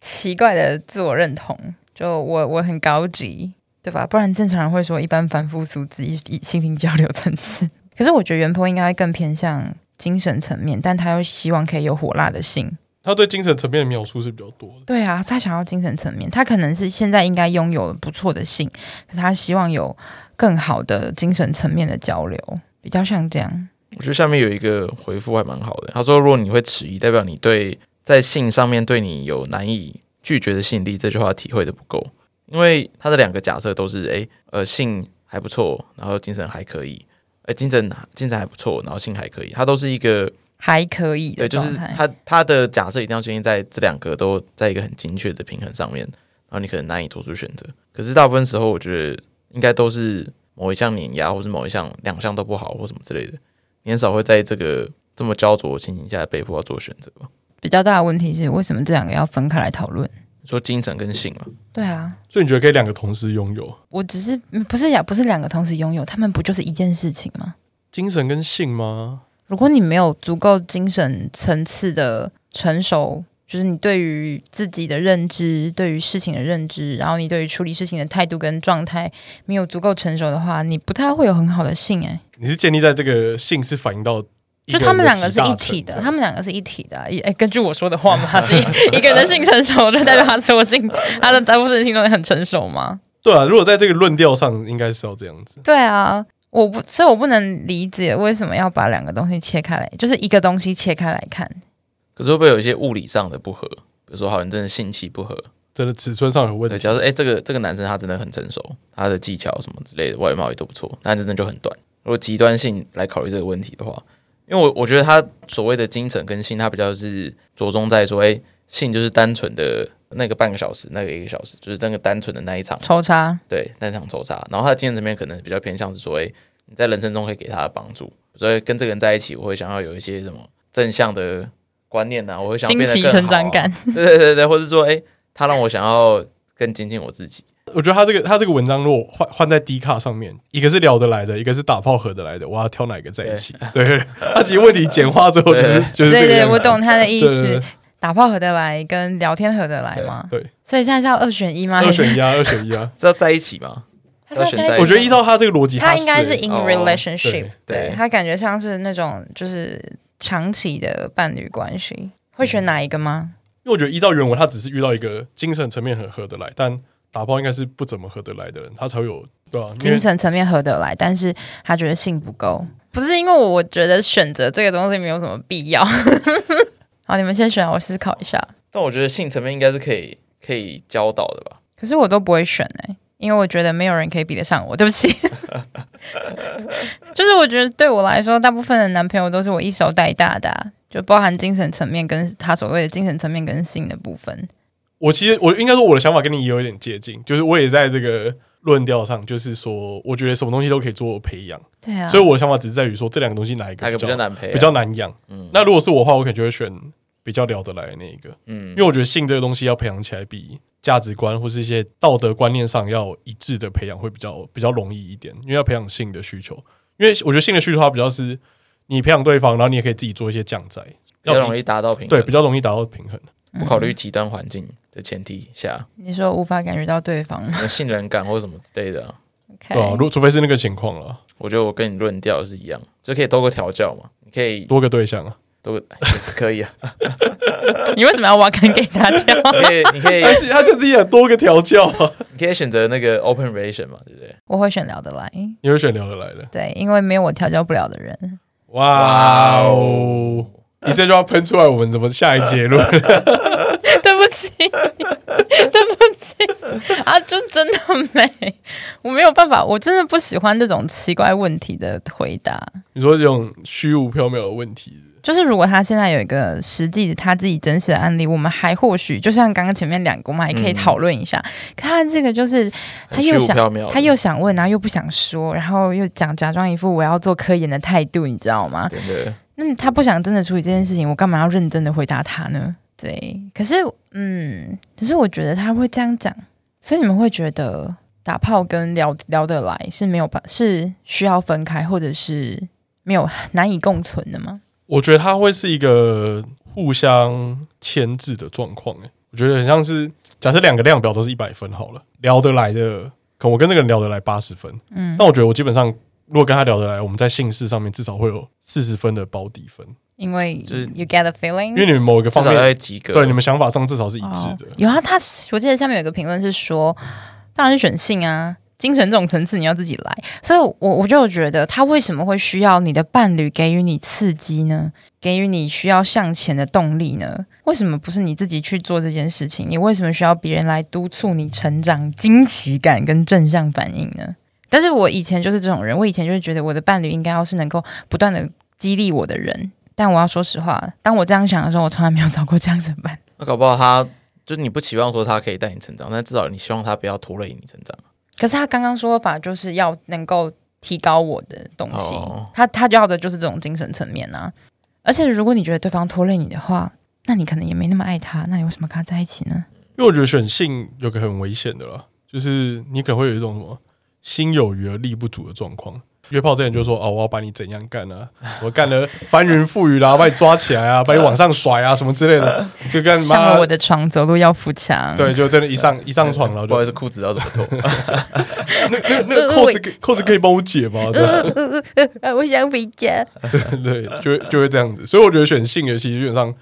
奇怪的自我认同，就我我很高级，对吧？不然正常人会说一般凡夫俗子，以以心灵交流层次。 (laughs) 可是我觉得原 po 应该会更偏向精神层面，但他又希望可以有火辣的性。他对精神层面的描述是比较多的，对啊，他想要精神层面，他可能是现在应该拥有不错的性，可是他希望有更好的精神层面的交流，比较像这样。我觉得下面有一个回复还蛮好的，他说：“如果你会迟疑，代表你对在性上面对你有难以拒绝的吸引力。”这句话体会的不够，因为他的两个假设都是：诶，呃，性还不错，然后精神还可以；呃，精神精神还不错，然后性还可以。他都是一个还可以对，的就状是态，他他的假设一定要建立在这两个都在一个很精确的平衡上面，然后你可能难以做出选择。可是大部分时候，我觉得应该都是某一项碾压，或是某一项两项都不好，或什么之类的。你很少会在这个这么焦灼的情形下被迫要做选择吧？比较大的问题是为什么这两个要分开来讨论？你说精神跟性嘛，对啊，所以你觉得可以两个同时拥有我只是嗯不是呀，不是两个同时拥有，他们不就是一件事情吗？精神跟性吗？如果你没有足够精神层次的成熟，就是你对于自己的认知、对于事情的认知，然后你对于处理事情的态度跟状态没有足够成熟的话，你不太会有很好的性诶、你是建立在这个性是反映到一就人的他们两个是极一大体成的，这样他们两个是一体的啊、诶，根据我说的话嘛， (laughs) 他是一一个人的性成熟，就代表他所有性，他的大部分性都很成熟吗？对啊，如果在这个论调上，应该是要这样子。对啊，我不，所以我不能理解为什么要把两个东西切开来，就是一个东西切开来看。可是会不会有一些物理上的不合？比如说，好，你真的性气不合，真的尺寸上有问对，题，假设哎、诶这个这个男生他真的很成熟，他的技巧什么之类的，外貌也都不错，但真的就很短。如果极端性来考虑这个问题的话，因为我我觉得他所谓的精神跟性，他比较是着重在说，哎、性就是单纯的那个半个小时，那个一个小时，就是那个单纯的那一场，抽插，对，那场抽查。然后他的经验层面可能比较偏向是说，哎，你在人生中可以给他的帮助，所以跟这个人在一起，我会想要有一些什么正向的观念啊，我会想惊变得奇更好啊成长感， (laughs) 对对对对，或者说，哎，他让我想要更精进我自己。我觉得他这个他这个文章如果换换在 D 卡上面，一个是聊得来的，一个是打炮合得来的，我要挑哪个在一起？对，他其实问题简化之后就是就是这对个对，样子我懂他的意对对对思。打炮合得来跟聊天合得来吗？对，所以现在是要二选一吗？二还是选一啊，二 (laughs) 选一啊。是要在一起吗？他是要选在在一起我觉得依照他这个逻辑，他应该是欸 in 哦 relationship，、对对对他感觉像是那种就是长期的伴侣关系，嗯会选哪一个吗？因为我觉得依照原文，他只是遇到一个精神层面很合得来，但打炮应该是不怎么合得来的人，他才会有对吧、因为精神层面合得来，但是他觉得性不够，不是因为我觉得选择这个东西没有什么必要。 (laughs) 好，你们先选，啊我思考一下。但我觉得性层面应该是可以可以教导的吧。可是我都不会选哎、因为我觉得没有人可以比得上我。对不起， (laughs) 就是我觉得对我来说，大部分的男朋友都是我一手带大的啊、就包含精神层面跟他所谓的精神层面跟性的部分。我其实我应该说我的想法跟你也有一点接近，就是我也在这个论调上，就是说我觉得什么东西都可以做培养，对啊，所以我的想法只是在于说这两个东西哪一个那个比较难陪啊、比较难养。嗯那如果是我的话，我可能就会选比较聊得来的那一个，嗯因为我觉得性这个东西要培养起来，比价值观或是一些道德观念上要一致的培养会比较比较容易一点，因为要培养性的需求。因为我觉得性的需求它比较是你培养对方，然后你也可以自己做一些降载，比较容易易达到平衡。对比较容易达到平衡。嗯不考虑极端环境的前提下，你说无法感觉到对方吗可能信任感或什么之类的啊、 ？OK，对啊，如除非是那个情况啊了，我觉得我跟你论调是一样，就可以多个调教嘛。你可以多个对象 (laughs) 啊，多个也是 (laughs) 可以啊， (laughs) 你为什么要挖坑给他跳？ (laughs) 你可以你可以而哎且他就自己也多个调教啊，你可以选择那个 open relation 嘛，对不对？我会选聊得来， (laughs) 你会选聊得来的。对，因为没有我调教不了的人。哇哇哦！你这句话喷出来，我们怎么下一结论？ (laughs) 对不起，对不起啊，就真的没，我没有办法，我真的不喜欢这种奇怪问题的回答。你说这种虚无缥缈的问题，就是如果他现在有一个实际的他自己真实的案例，我们还或许就像刚刚前面两个，我们还可以讨论一下。可他这个就是他很虚又无想缥缈的，他又想问，然后又不想说，然后又讲假装一副我要做科研的态度，你知道吗？真的那他不想真的处理这件事情，我干嘛要认真的回答他呢？对，可是嗯，可是我觉得他会这样讲，所以你们会觉得打炮跟聊聊得来是没有办是需要分开，或者是没有难以共存的吗？我觉得它会是一个互相牵制的状况。哎，我觉得很像是，假设两个量表都是一百分好了，聊得来的，可能我跟这个人聊得来八十分，嗯但，我觉得我基本上如果跟他聊得来，我们在性事上面至少会有四十分的保底分，因为就是 you get a feeling，因为你们某一个至方少面，要及格。对你们想法上至少是一致哦的。有啊，他我记得下面有个评论是说，当然是选性啊，精神这种层次你要自己来。所以我，我就觉得他为什么会需要你的伴侣给予你刺激呢？给予你需要向前的动力呢？为什么不是你自己去做这件事情？你为什么需要别人来督促你成长、惊奇感跟正向反应呢？但是我以前就是这种人，我以前就是觉得我的伴侣应该要是能够不断的激励我的人。但我要说实话，当我这样想的时候，我从来没有找过这样子的伴侣那搞不好他就是你不期望说他可以带你成长，但至少你希望他不要拖累你成长。可是他刚刚说法就是要能够提高我的东西，哦他他要的就是这种精神层面啊。而且如果你觉得对方拖累你的话，那你可能也没那么爱他，那你为什么跟他在一起呢？因为我觉得选性有个很危险的啦，就是你可能会有一种什么心有余而力不足的状况。约炮之前就说哦，我要把你怎样干啊，我干了翻云覆雨啦，把你抓起来啊，把你往上甩啊，什么之类的，就干上妈了我的床，走路要扶墙。对，就真的一上一上床了，不好就意思，裤子要怎么脱？那那那个扣子可以扣子可以帮我解吗？这样 (laughs) 呃，我想回家。对，就会就会这样子。所以我觉得选性的其实基本上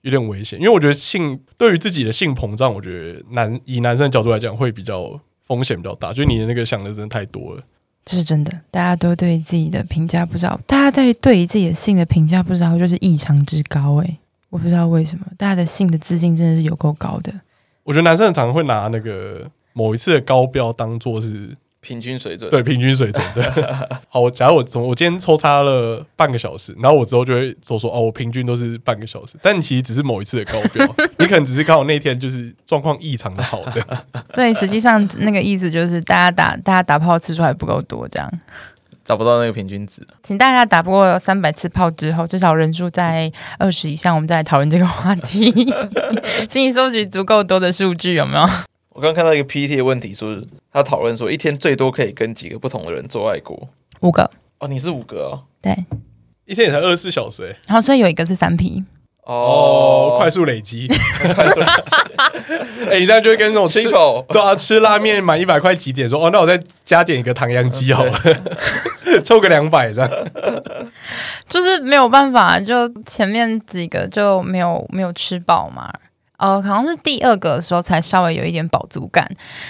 有点危险，因为我觉得性对于自己的性膨胀，我觉得男以男生的角度来讲会比较风险比较大，就是你的那个想的真的太多了。这是真的，大家都对自己的评价不知道，大家对对于自己的性的评价不知道，就是异常之高诶、我不知道为什么，大家的性的自信真的是有够高的。我觉得男生很常会拿那个某一次的高标当做是平均水准。对，平均水准。对，好，我假如我从我今天抽插了半个小时，然后我之后就会说说哦，我平均都是半个小时，但你其实只是某一次的高标，你可能只是刚好那天就是状况异常的好的。 (laughs) 所以实际上那个意思就是，大家打大家打炮次数还不够多，这样，找不到那个平均值。请大家打不过三百次炮之后，至少人数在二十以上，我们再来讨论这个话题。 (laughs) 请你收集足够多的数据，有没有？我刚看到一个 PPT 的问题说，他讨论说一天最多可以跟几个不同的人做爱过。五个，哦，你是五个哦，对。一天也才二十四小时、欸，然后所以有一个是三 P，哦，快速累积，快速累积。哎，你这样就会跟那种吃吃一口，对啊，吃拉面满一百块几点说哦，那我再加点一个唐扬鸡好了， (laughs) 凑个两百这样。就是没有办法，就前面几个就没有没有吃饱嘛。呃，好像是第二个的时候才稍微有一点饱足感，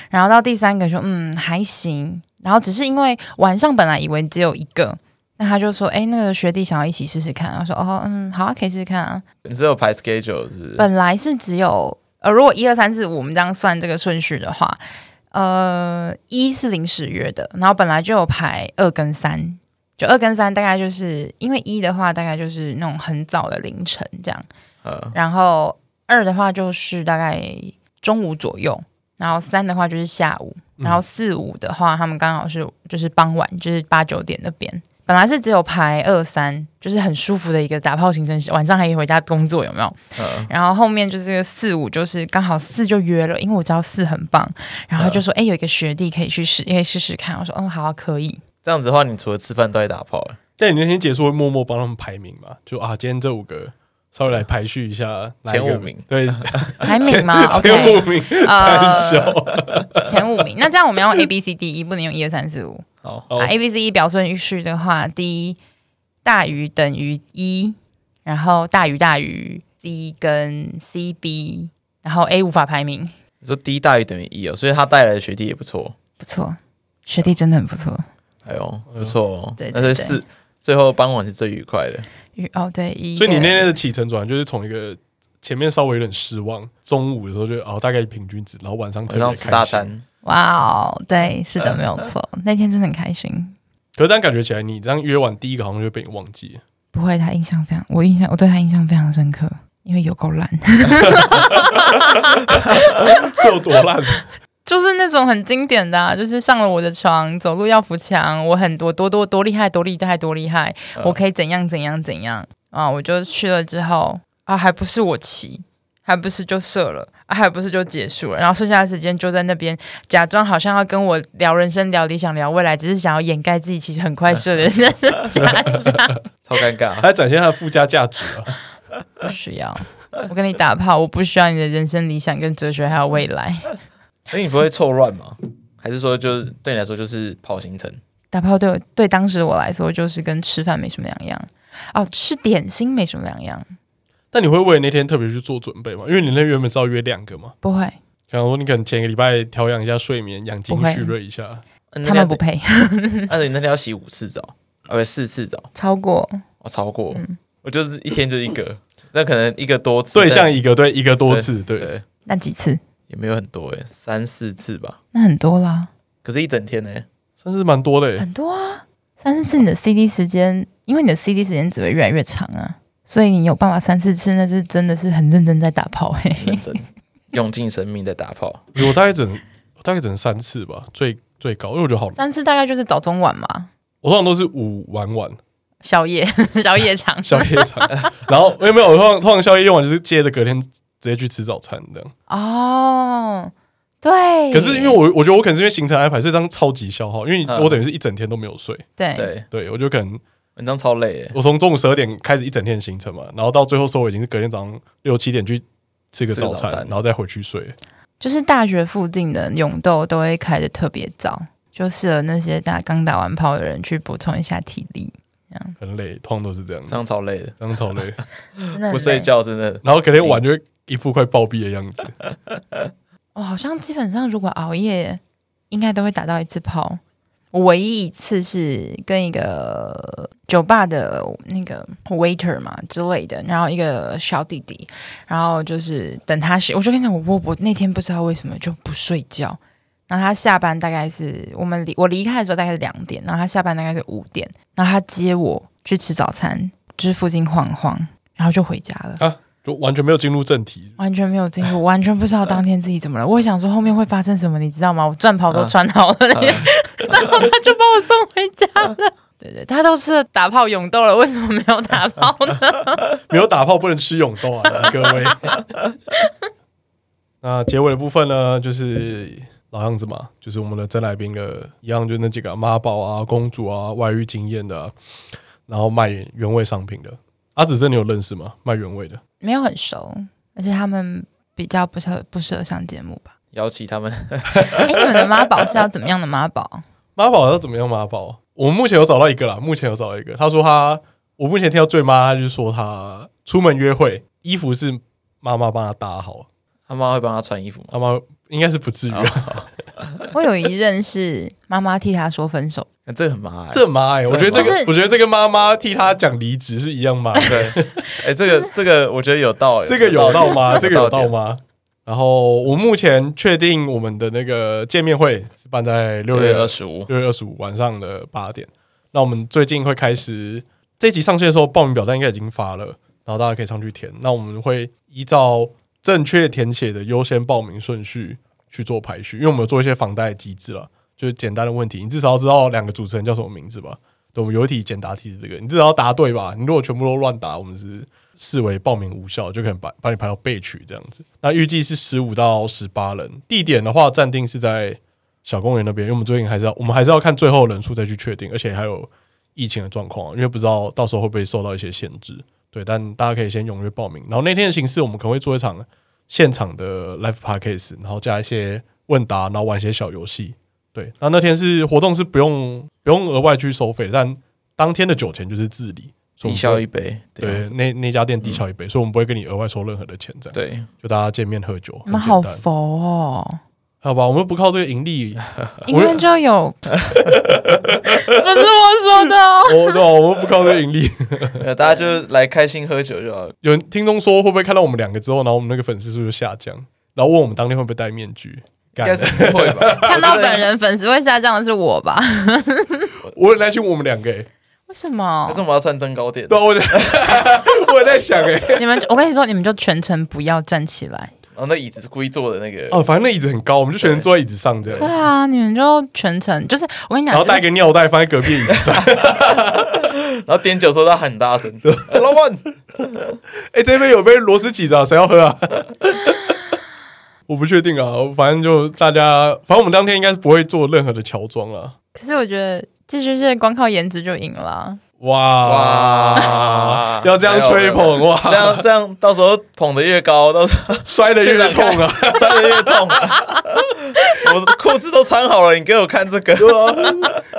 然后到第三个说嗯还行，然后只是因为晚上本来以为只有一个，那他就说哎那个学弟想要一起试试看，我说哦嗯好啊可以试试看啊，你是有排 schedule 是不是？本来是只有呃，如果一二三四五我们这样算这个顺序的话，呃，一是临时约的，然后本来就有排二跟三，就二跟三大概就是因为一的话大概就是那种很早的凌晨这样，呃，然后二的话就是大概中午左右，然后三的话就是下午，嗯然后四五的话他们刚好是就是傍晚，就是八九点那边。本来是只有排二三，就是很舒服的一个打炮行程，晚上还可以回家工作，有没有？嗯呃然后后面就是四五，就是刚好四就约了，因为我知道四很棒，然嗯后他就说，哎、有一个学弟可以去试，也可以试试看。我说，嗯，好、啊，(laughs) 可以。这样子的话，你除了吃饭都在打炮，欸但你那天结束会默默帮他们排名嘛？就啊，今天这五个稍微来排序一下哪一个前五名， (laughs) 对，排名嘛前五，OK，名呃三小。前五名。那这样我们用 A B C D E，不能用一二三四五。好，好啊，A B C E 表顺序的话，第一大于等于一，然后大于大于 C 跟 C B，然后 A 无法排名，你说 D 大于等于一哦，所以他带来的学弟也不错，不错，学弟真的很不错。哎呦，不错哦对，对那是四，最后傍晚是最愉快的，与哦，对，一所以你个那天的起承转合就是从一个前面稍微有点失望，中午的时候就哦大概平均值，然后晚上特别晚哦上吃大开心。餐，哇哦，对，是的，没有错，那天真的很开心。可是这样感觉起来，你这样约完第一个好像就被你忘记了。不会，他印象非常，我印象我对他印象非常深刻，因为有够烂，是有多烂？就是那种很经典的、啊，就是上了我的床，走路要扶墙，我很多多多多厉害，多厉害，多厉害，嗯我可以怎样怎样怎样啊！我就去了之后啊，还不是我骑，还不是就射了。啊，还不是就结束了，然后剩下的时间就在那边假装好像要跟我聊人生、聊理想、聊未来，只是想要掩盖自己其实很快射的假象。超尴尬。它展现它的附加价值啊！不需要。我跟你打炮，我不需要你的人生理想、跟哲学还有未来。所以你不会凑乱吗？还是说就是对你来说就是跑行程？打炮对我对当时我来说，就是跟吃饭没什么两样。哦，吃点心没什么两样，但你会为那天特别去做准备吗？因为你那原本是要约两个嘛，不会，想说你可能前一个礼拜调养一下睡眠，养精不会蓄锐一下。呃那他们不配， (laughs) 按啊照你那天要洗五次澡，啊不四次澡，超过我超过，嗯我就是一天就一个， (laughs) 那可能一个多次，对但象一个，对一个多次，对，对那几次，也没有很多哎，三四次吧，那很多啦，可是一整天呢，算是蛮多的欸。很多啊。三四次你的 CD 时间，因为你的 CD 时间只会越来越长啊，所以你有办法三四次，那是真的是很认真在打炮嘿、认 (laughs) 真用尽生命在打炮，我大概整，我大概整三次吧，最最高，因为我觉得好，三次大概就是早中晚嘛，我通常都是午晚 (laughs) 晚宵夜宵夜场，宵夜场，然后没有没有，我通常通常宵夜用完就是接着隔天直接去吃早餐这样。哦，对。可是因为我我觉得我可能是因为行程安排，所以这样超级消耗，因为嗯我等于是一整天都没有睡，对对，对我就可能文章超累哎，我从中午十二点开始一整天的行程嘛，然后到最后收尾已经是隔天早上六七点去吃个吃个早餐，早餐然后再回去睡。就是大学附近的永豆都会开的特别早，就适合那些打刚打完炮的人去补充一下体力，很累，通常都是这样，这样超累的，这样超累。真的很不睡累。觉真的然后隔天晚就会一副快暴毙的样子。我哦好像基本上如果熬夜，应该都会打到一次炮。我唯一一次是跟一个酒吧的那个 waiter 嘛之类的，然后一个小弟弟，然后就是等他洗，我就跟你讲，我我我那天不知道为什么就不睡觉，然后他下班大概是我们离我离开的时候大概是两点，然后他下班大概是五点，然后他接我去吃早餐，就是附近晃晃，然后就回家了。就完全没有进入正题。完全没有进入， (laughs) 我完全不知道当天自己怎么了。我也想说后面会发生什么，你知道吗？我战袍嗯都穿好了， (laughs) 然后他就把我送回家嗯了。对对，他都吃打炮勇斗了，为什么没有打炮 (laughs) 呢？没有打炮不能吃永豆啊，各位。 (laughs) 那结尾的部分呢，就是老样子嘛，就是我们的真来宾的一样，就那几个妈宝啊、公主啊、外遇经验的啊、然后卖原味商品的。阿紫真的有认识吗？卖原味的？没有很熟，而且他们比较不适合不适合上节目吧？ (laughs) 邀请他们 (laughs) 哎，你们的妈宝是要怎么样的妈宝？妈宝要怎么样妈宝？我们目前有找到一个啦，目前有找到一个。他说他，我目前听到最妈，他就是说他出门约会，衣服是妈妈帮他搭好，他妈会帮他穿衣服吗？他妈应该是不至于啊，我有一任是妈妈替他说分手，那这个很麻欸烦。这妈哎、我觉得这不个是，我觉得这个妈妈替他讲离职是一样妈， (laughs) 对，哎，这个这个我觉得有道理，这个有到理吗？这个有到道理吗？然后我目前确定我们的那个见面会是办在六六月月二二十十五，六月二十五晚上的八点。那我们最近会开始这一集上线的时候，报名表单应该已经发了，然后大家可以上去填。那我们会依照正确填写的优先报名顺序去做排序，因为我们有做一些防呆机制了，就是简单的问题，你至少要知道两个主持人叫什么名字吧。对，我们有一题简答题是这个，你至少要答对吧？你如果全部都乱答，我们是视为报名无效，就可能把把你排到备取这样子。那预计是十五到十八人，地点的话暂定是在小公园那边，因为我们最近还是要，我们还是要看最后人数再去确定，而且还有疫情的状况啊，因为不知道到时候会不会受到一些限制。对，但大家可以先踊跃报名。然后那天的形式，我们可能会做一场现场的 live podcast，然后加一些问答，然后玩一些小游戏。对，那那天是活动是不用不用额外去收费，但当天的酒钱就是自理，所以我低们消不一嗯杯，啊对那那家店低消一杯，所以我们不会跟你额外收任何的钱，这样对，就大家见面喝酒，你很们好简单，佛哦，好吧？我们不靠这个盈利，一问 (laughs) 就有，不是我说的哦。我对、啊，我们不靠这个盈利。呃，大家就来开心喝酒 (laughs) 就好了。有人听众说会不会看到我们两个之后，然后我们那个粉丝数就下降，然后问我们当天会不会戴面具？应干该是不会吧？看到本人粉丝会下降的是我吧？ (laughs) 我很担心我们两个、欸，为什么可是？我们要穿增高垫对、，啊， (laughs) 我在我也在想、欸，你们，我跟你说，你们就全程不要站起来。然后那椅子是故意做的那个，哦，反正那椅子很高，我们就全程坐在椅子上这对样，啊，你们就全程就是我跟你讲，然后带个尿袋放在隔壁椅子上。然后点酒的时候他很大声，哎老板， (laughs) 哎、这边有杯螺丝起子啊，谁要喝啊？我不确定啊，反正就大家，反正我们当天应该是不会做任何的乔装了。可是我觉得这就是光靠颜值就赢了。哇哇哇，要这样吹没有捧哇，这样这样，到时候捧的越高，到时候摔的越痛啊！摔的越痛。 (laughs) 我裤子都穿好了，你给我看这个，啊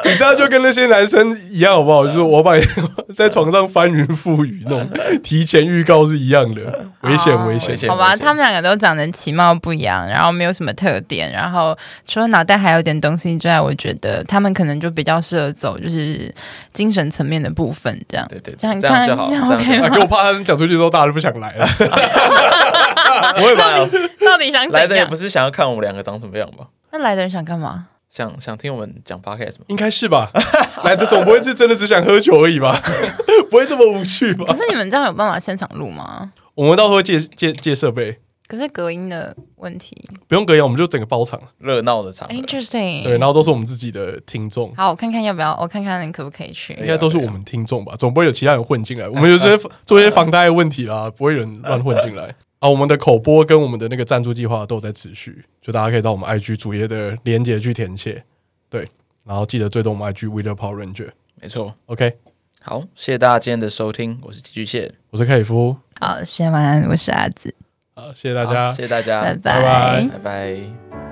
你这样就跟那些男生一样，好不好？就是我把你 (laughs) 在床上翻云覆雨，那种提前预告是一样的，危险哦啊危危险险。好吧，没错他们两个都长得其貌不扬，然后没有什么特点，然后除了脑袋还有点东西之外，我觉得他们可能就比较适合走就是精神层面的部分这样。对对，对这样这样 (laughs) 就好，这这样样就 OK 好啊！ (laughs) 给我怕他们讲出去之后，大家就不想来 (laughs) 了。不会吧？到底想 (laughs) 来怎的也样不？是想要看我们两个长什么样吧？那来的人想干嘛？想想听我们讲 podcast 吗？应该是吧？来的总不会是真的只想喝酒而已吧？ (laughs) 不会这么无趣吧可？是你们这样有办法现场录吗？我们到时候会借借借设备，可是隔音的问题。不用隔音，我们就整个包场。热闹的场合，哎 Interesting。对，然后都是我们自己的听众，好，我看看要不要，我看看你可不可以应去。该都是我们听众吧？总不会有其他人混进来。我们有 (laughs) 些做一些房贷的问题啦，不会有人乱混进来。啊，我们的口播跟我们的那个赞助计划都有在持续，就大家可以到我们 IG 主页的连接去填写。对，然后记得追踪我们 IG w e l e r Power Ranger。没错。 OK，好，谢谢大家今天的收听，我是寄居蟹，我是凯里夫，好，先晚安，我是阿紫，好，谢谢大家好，谢谢大家，拜拜拜拜拜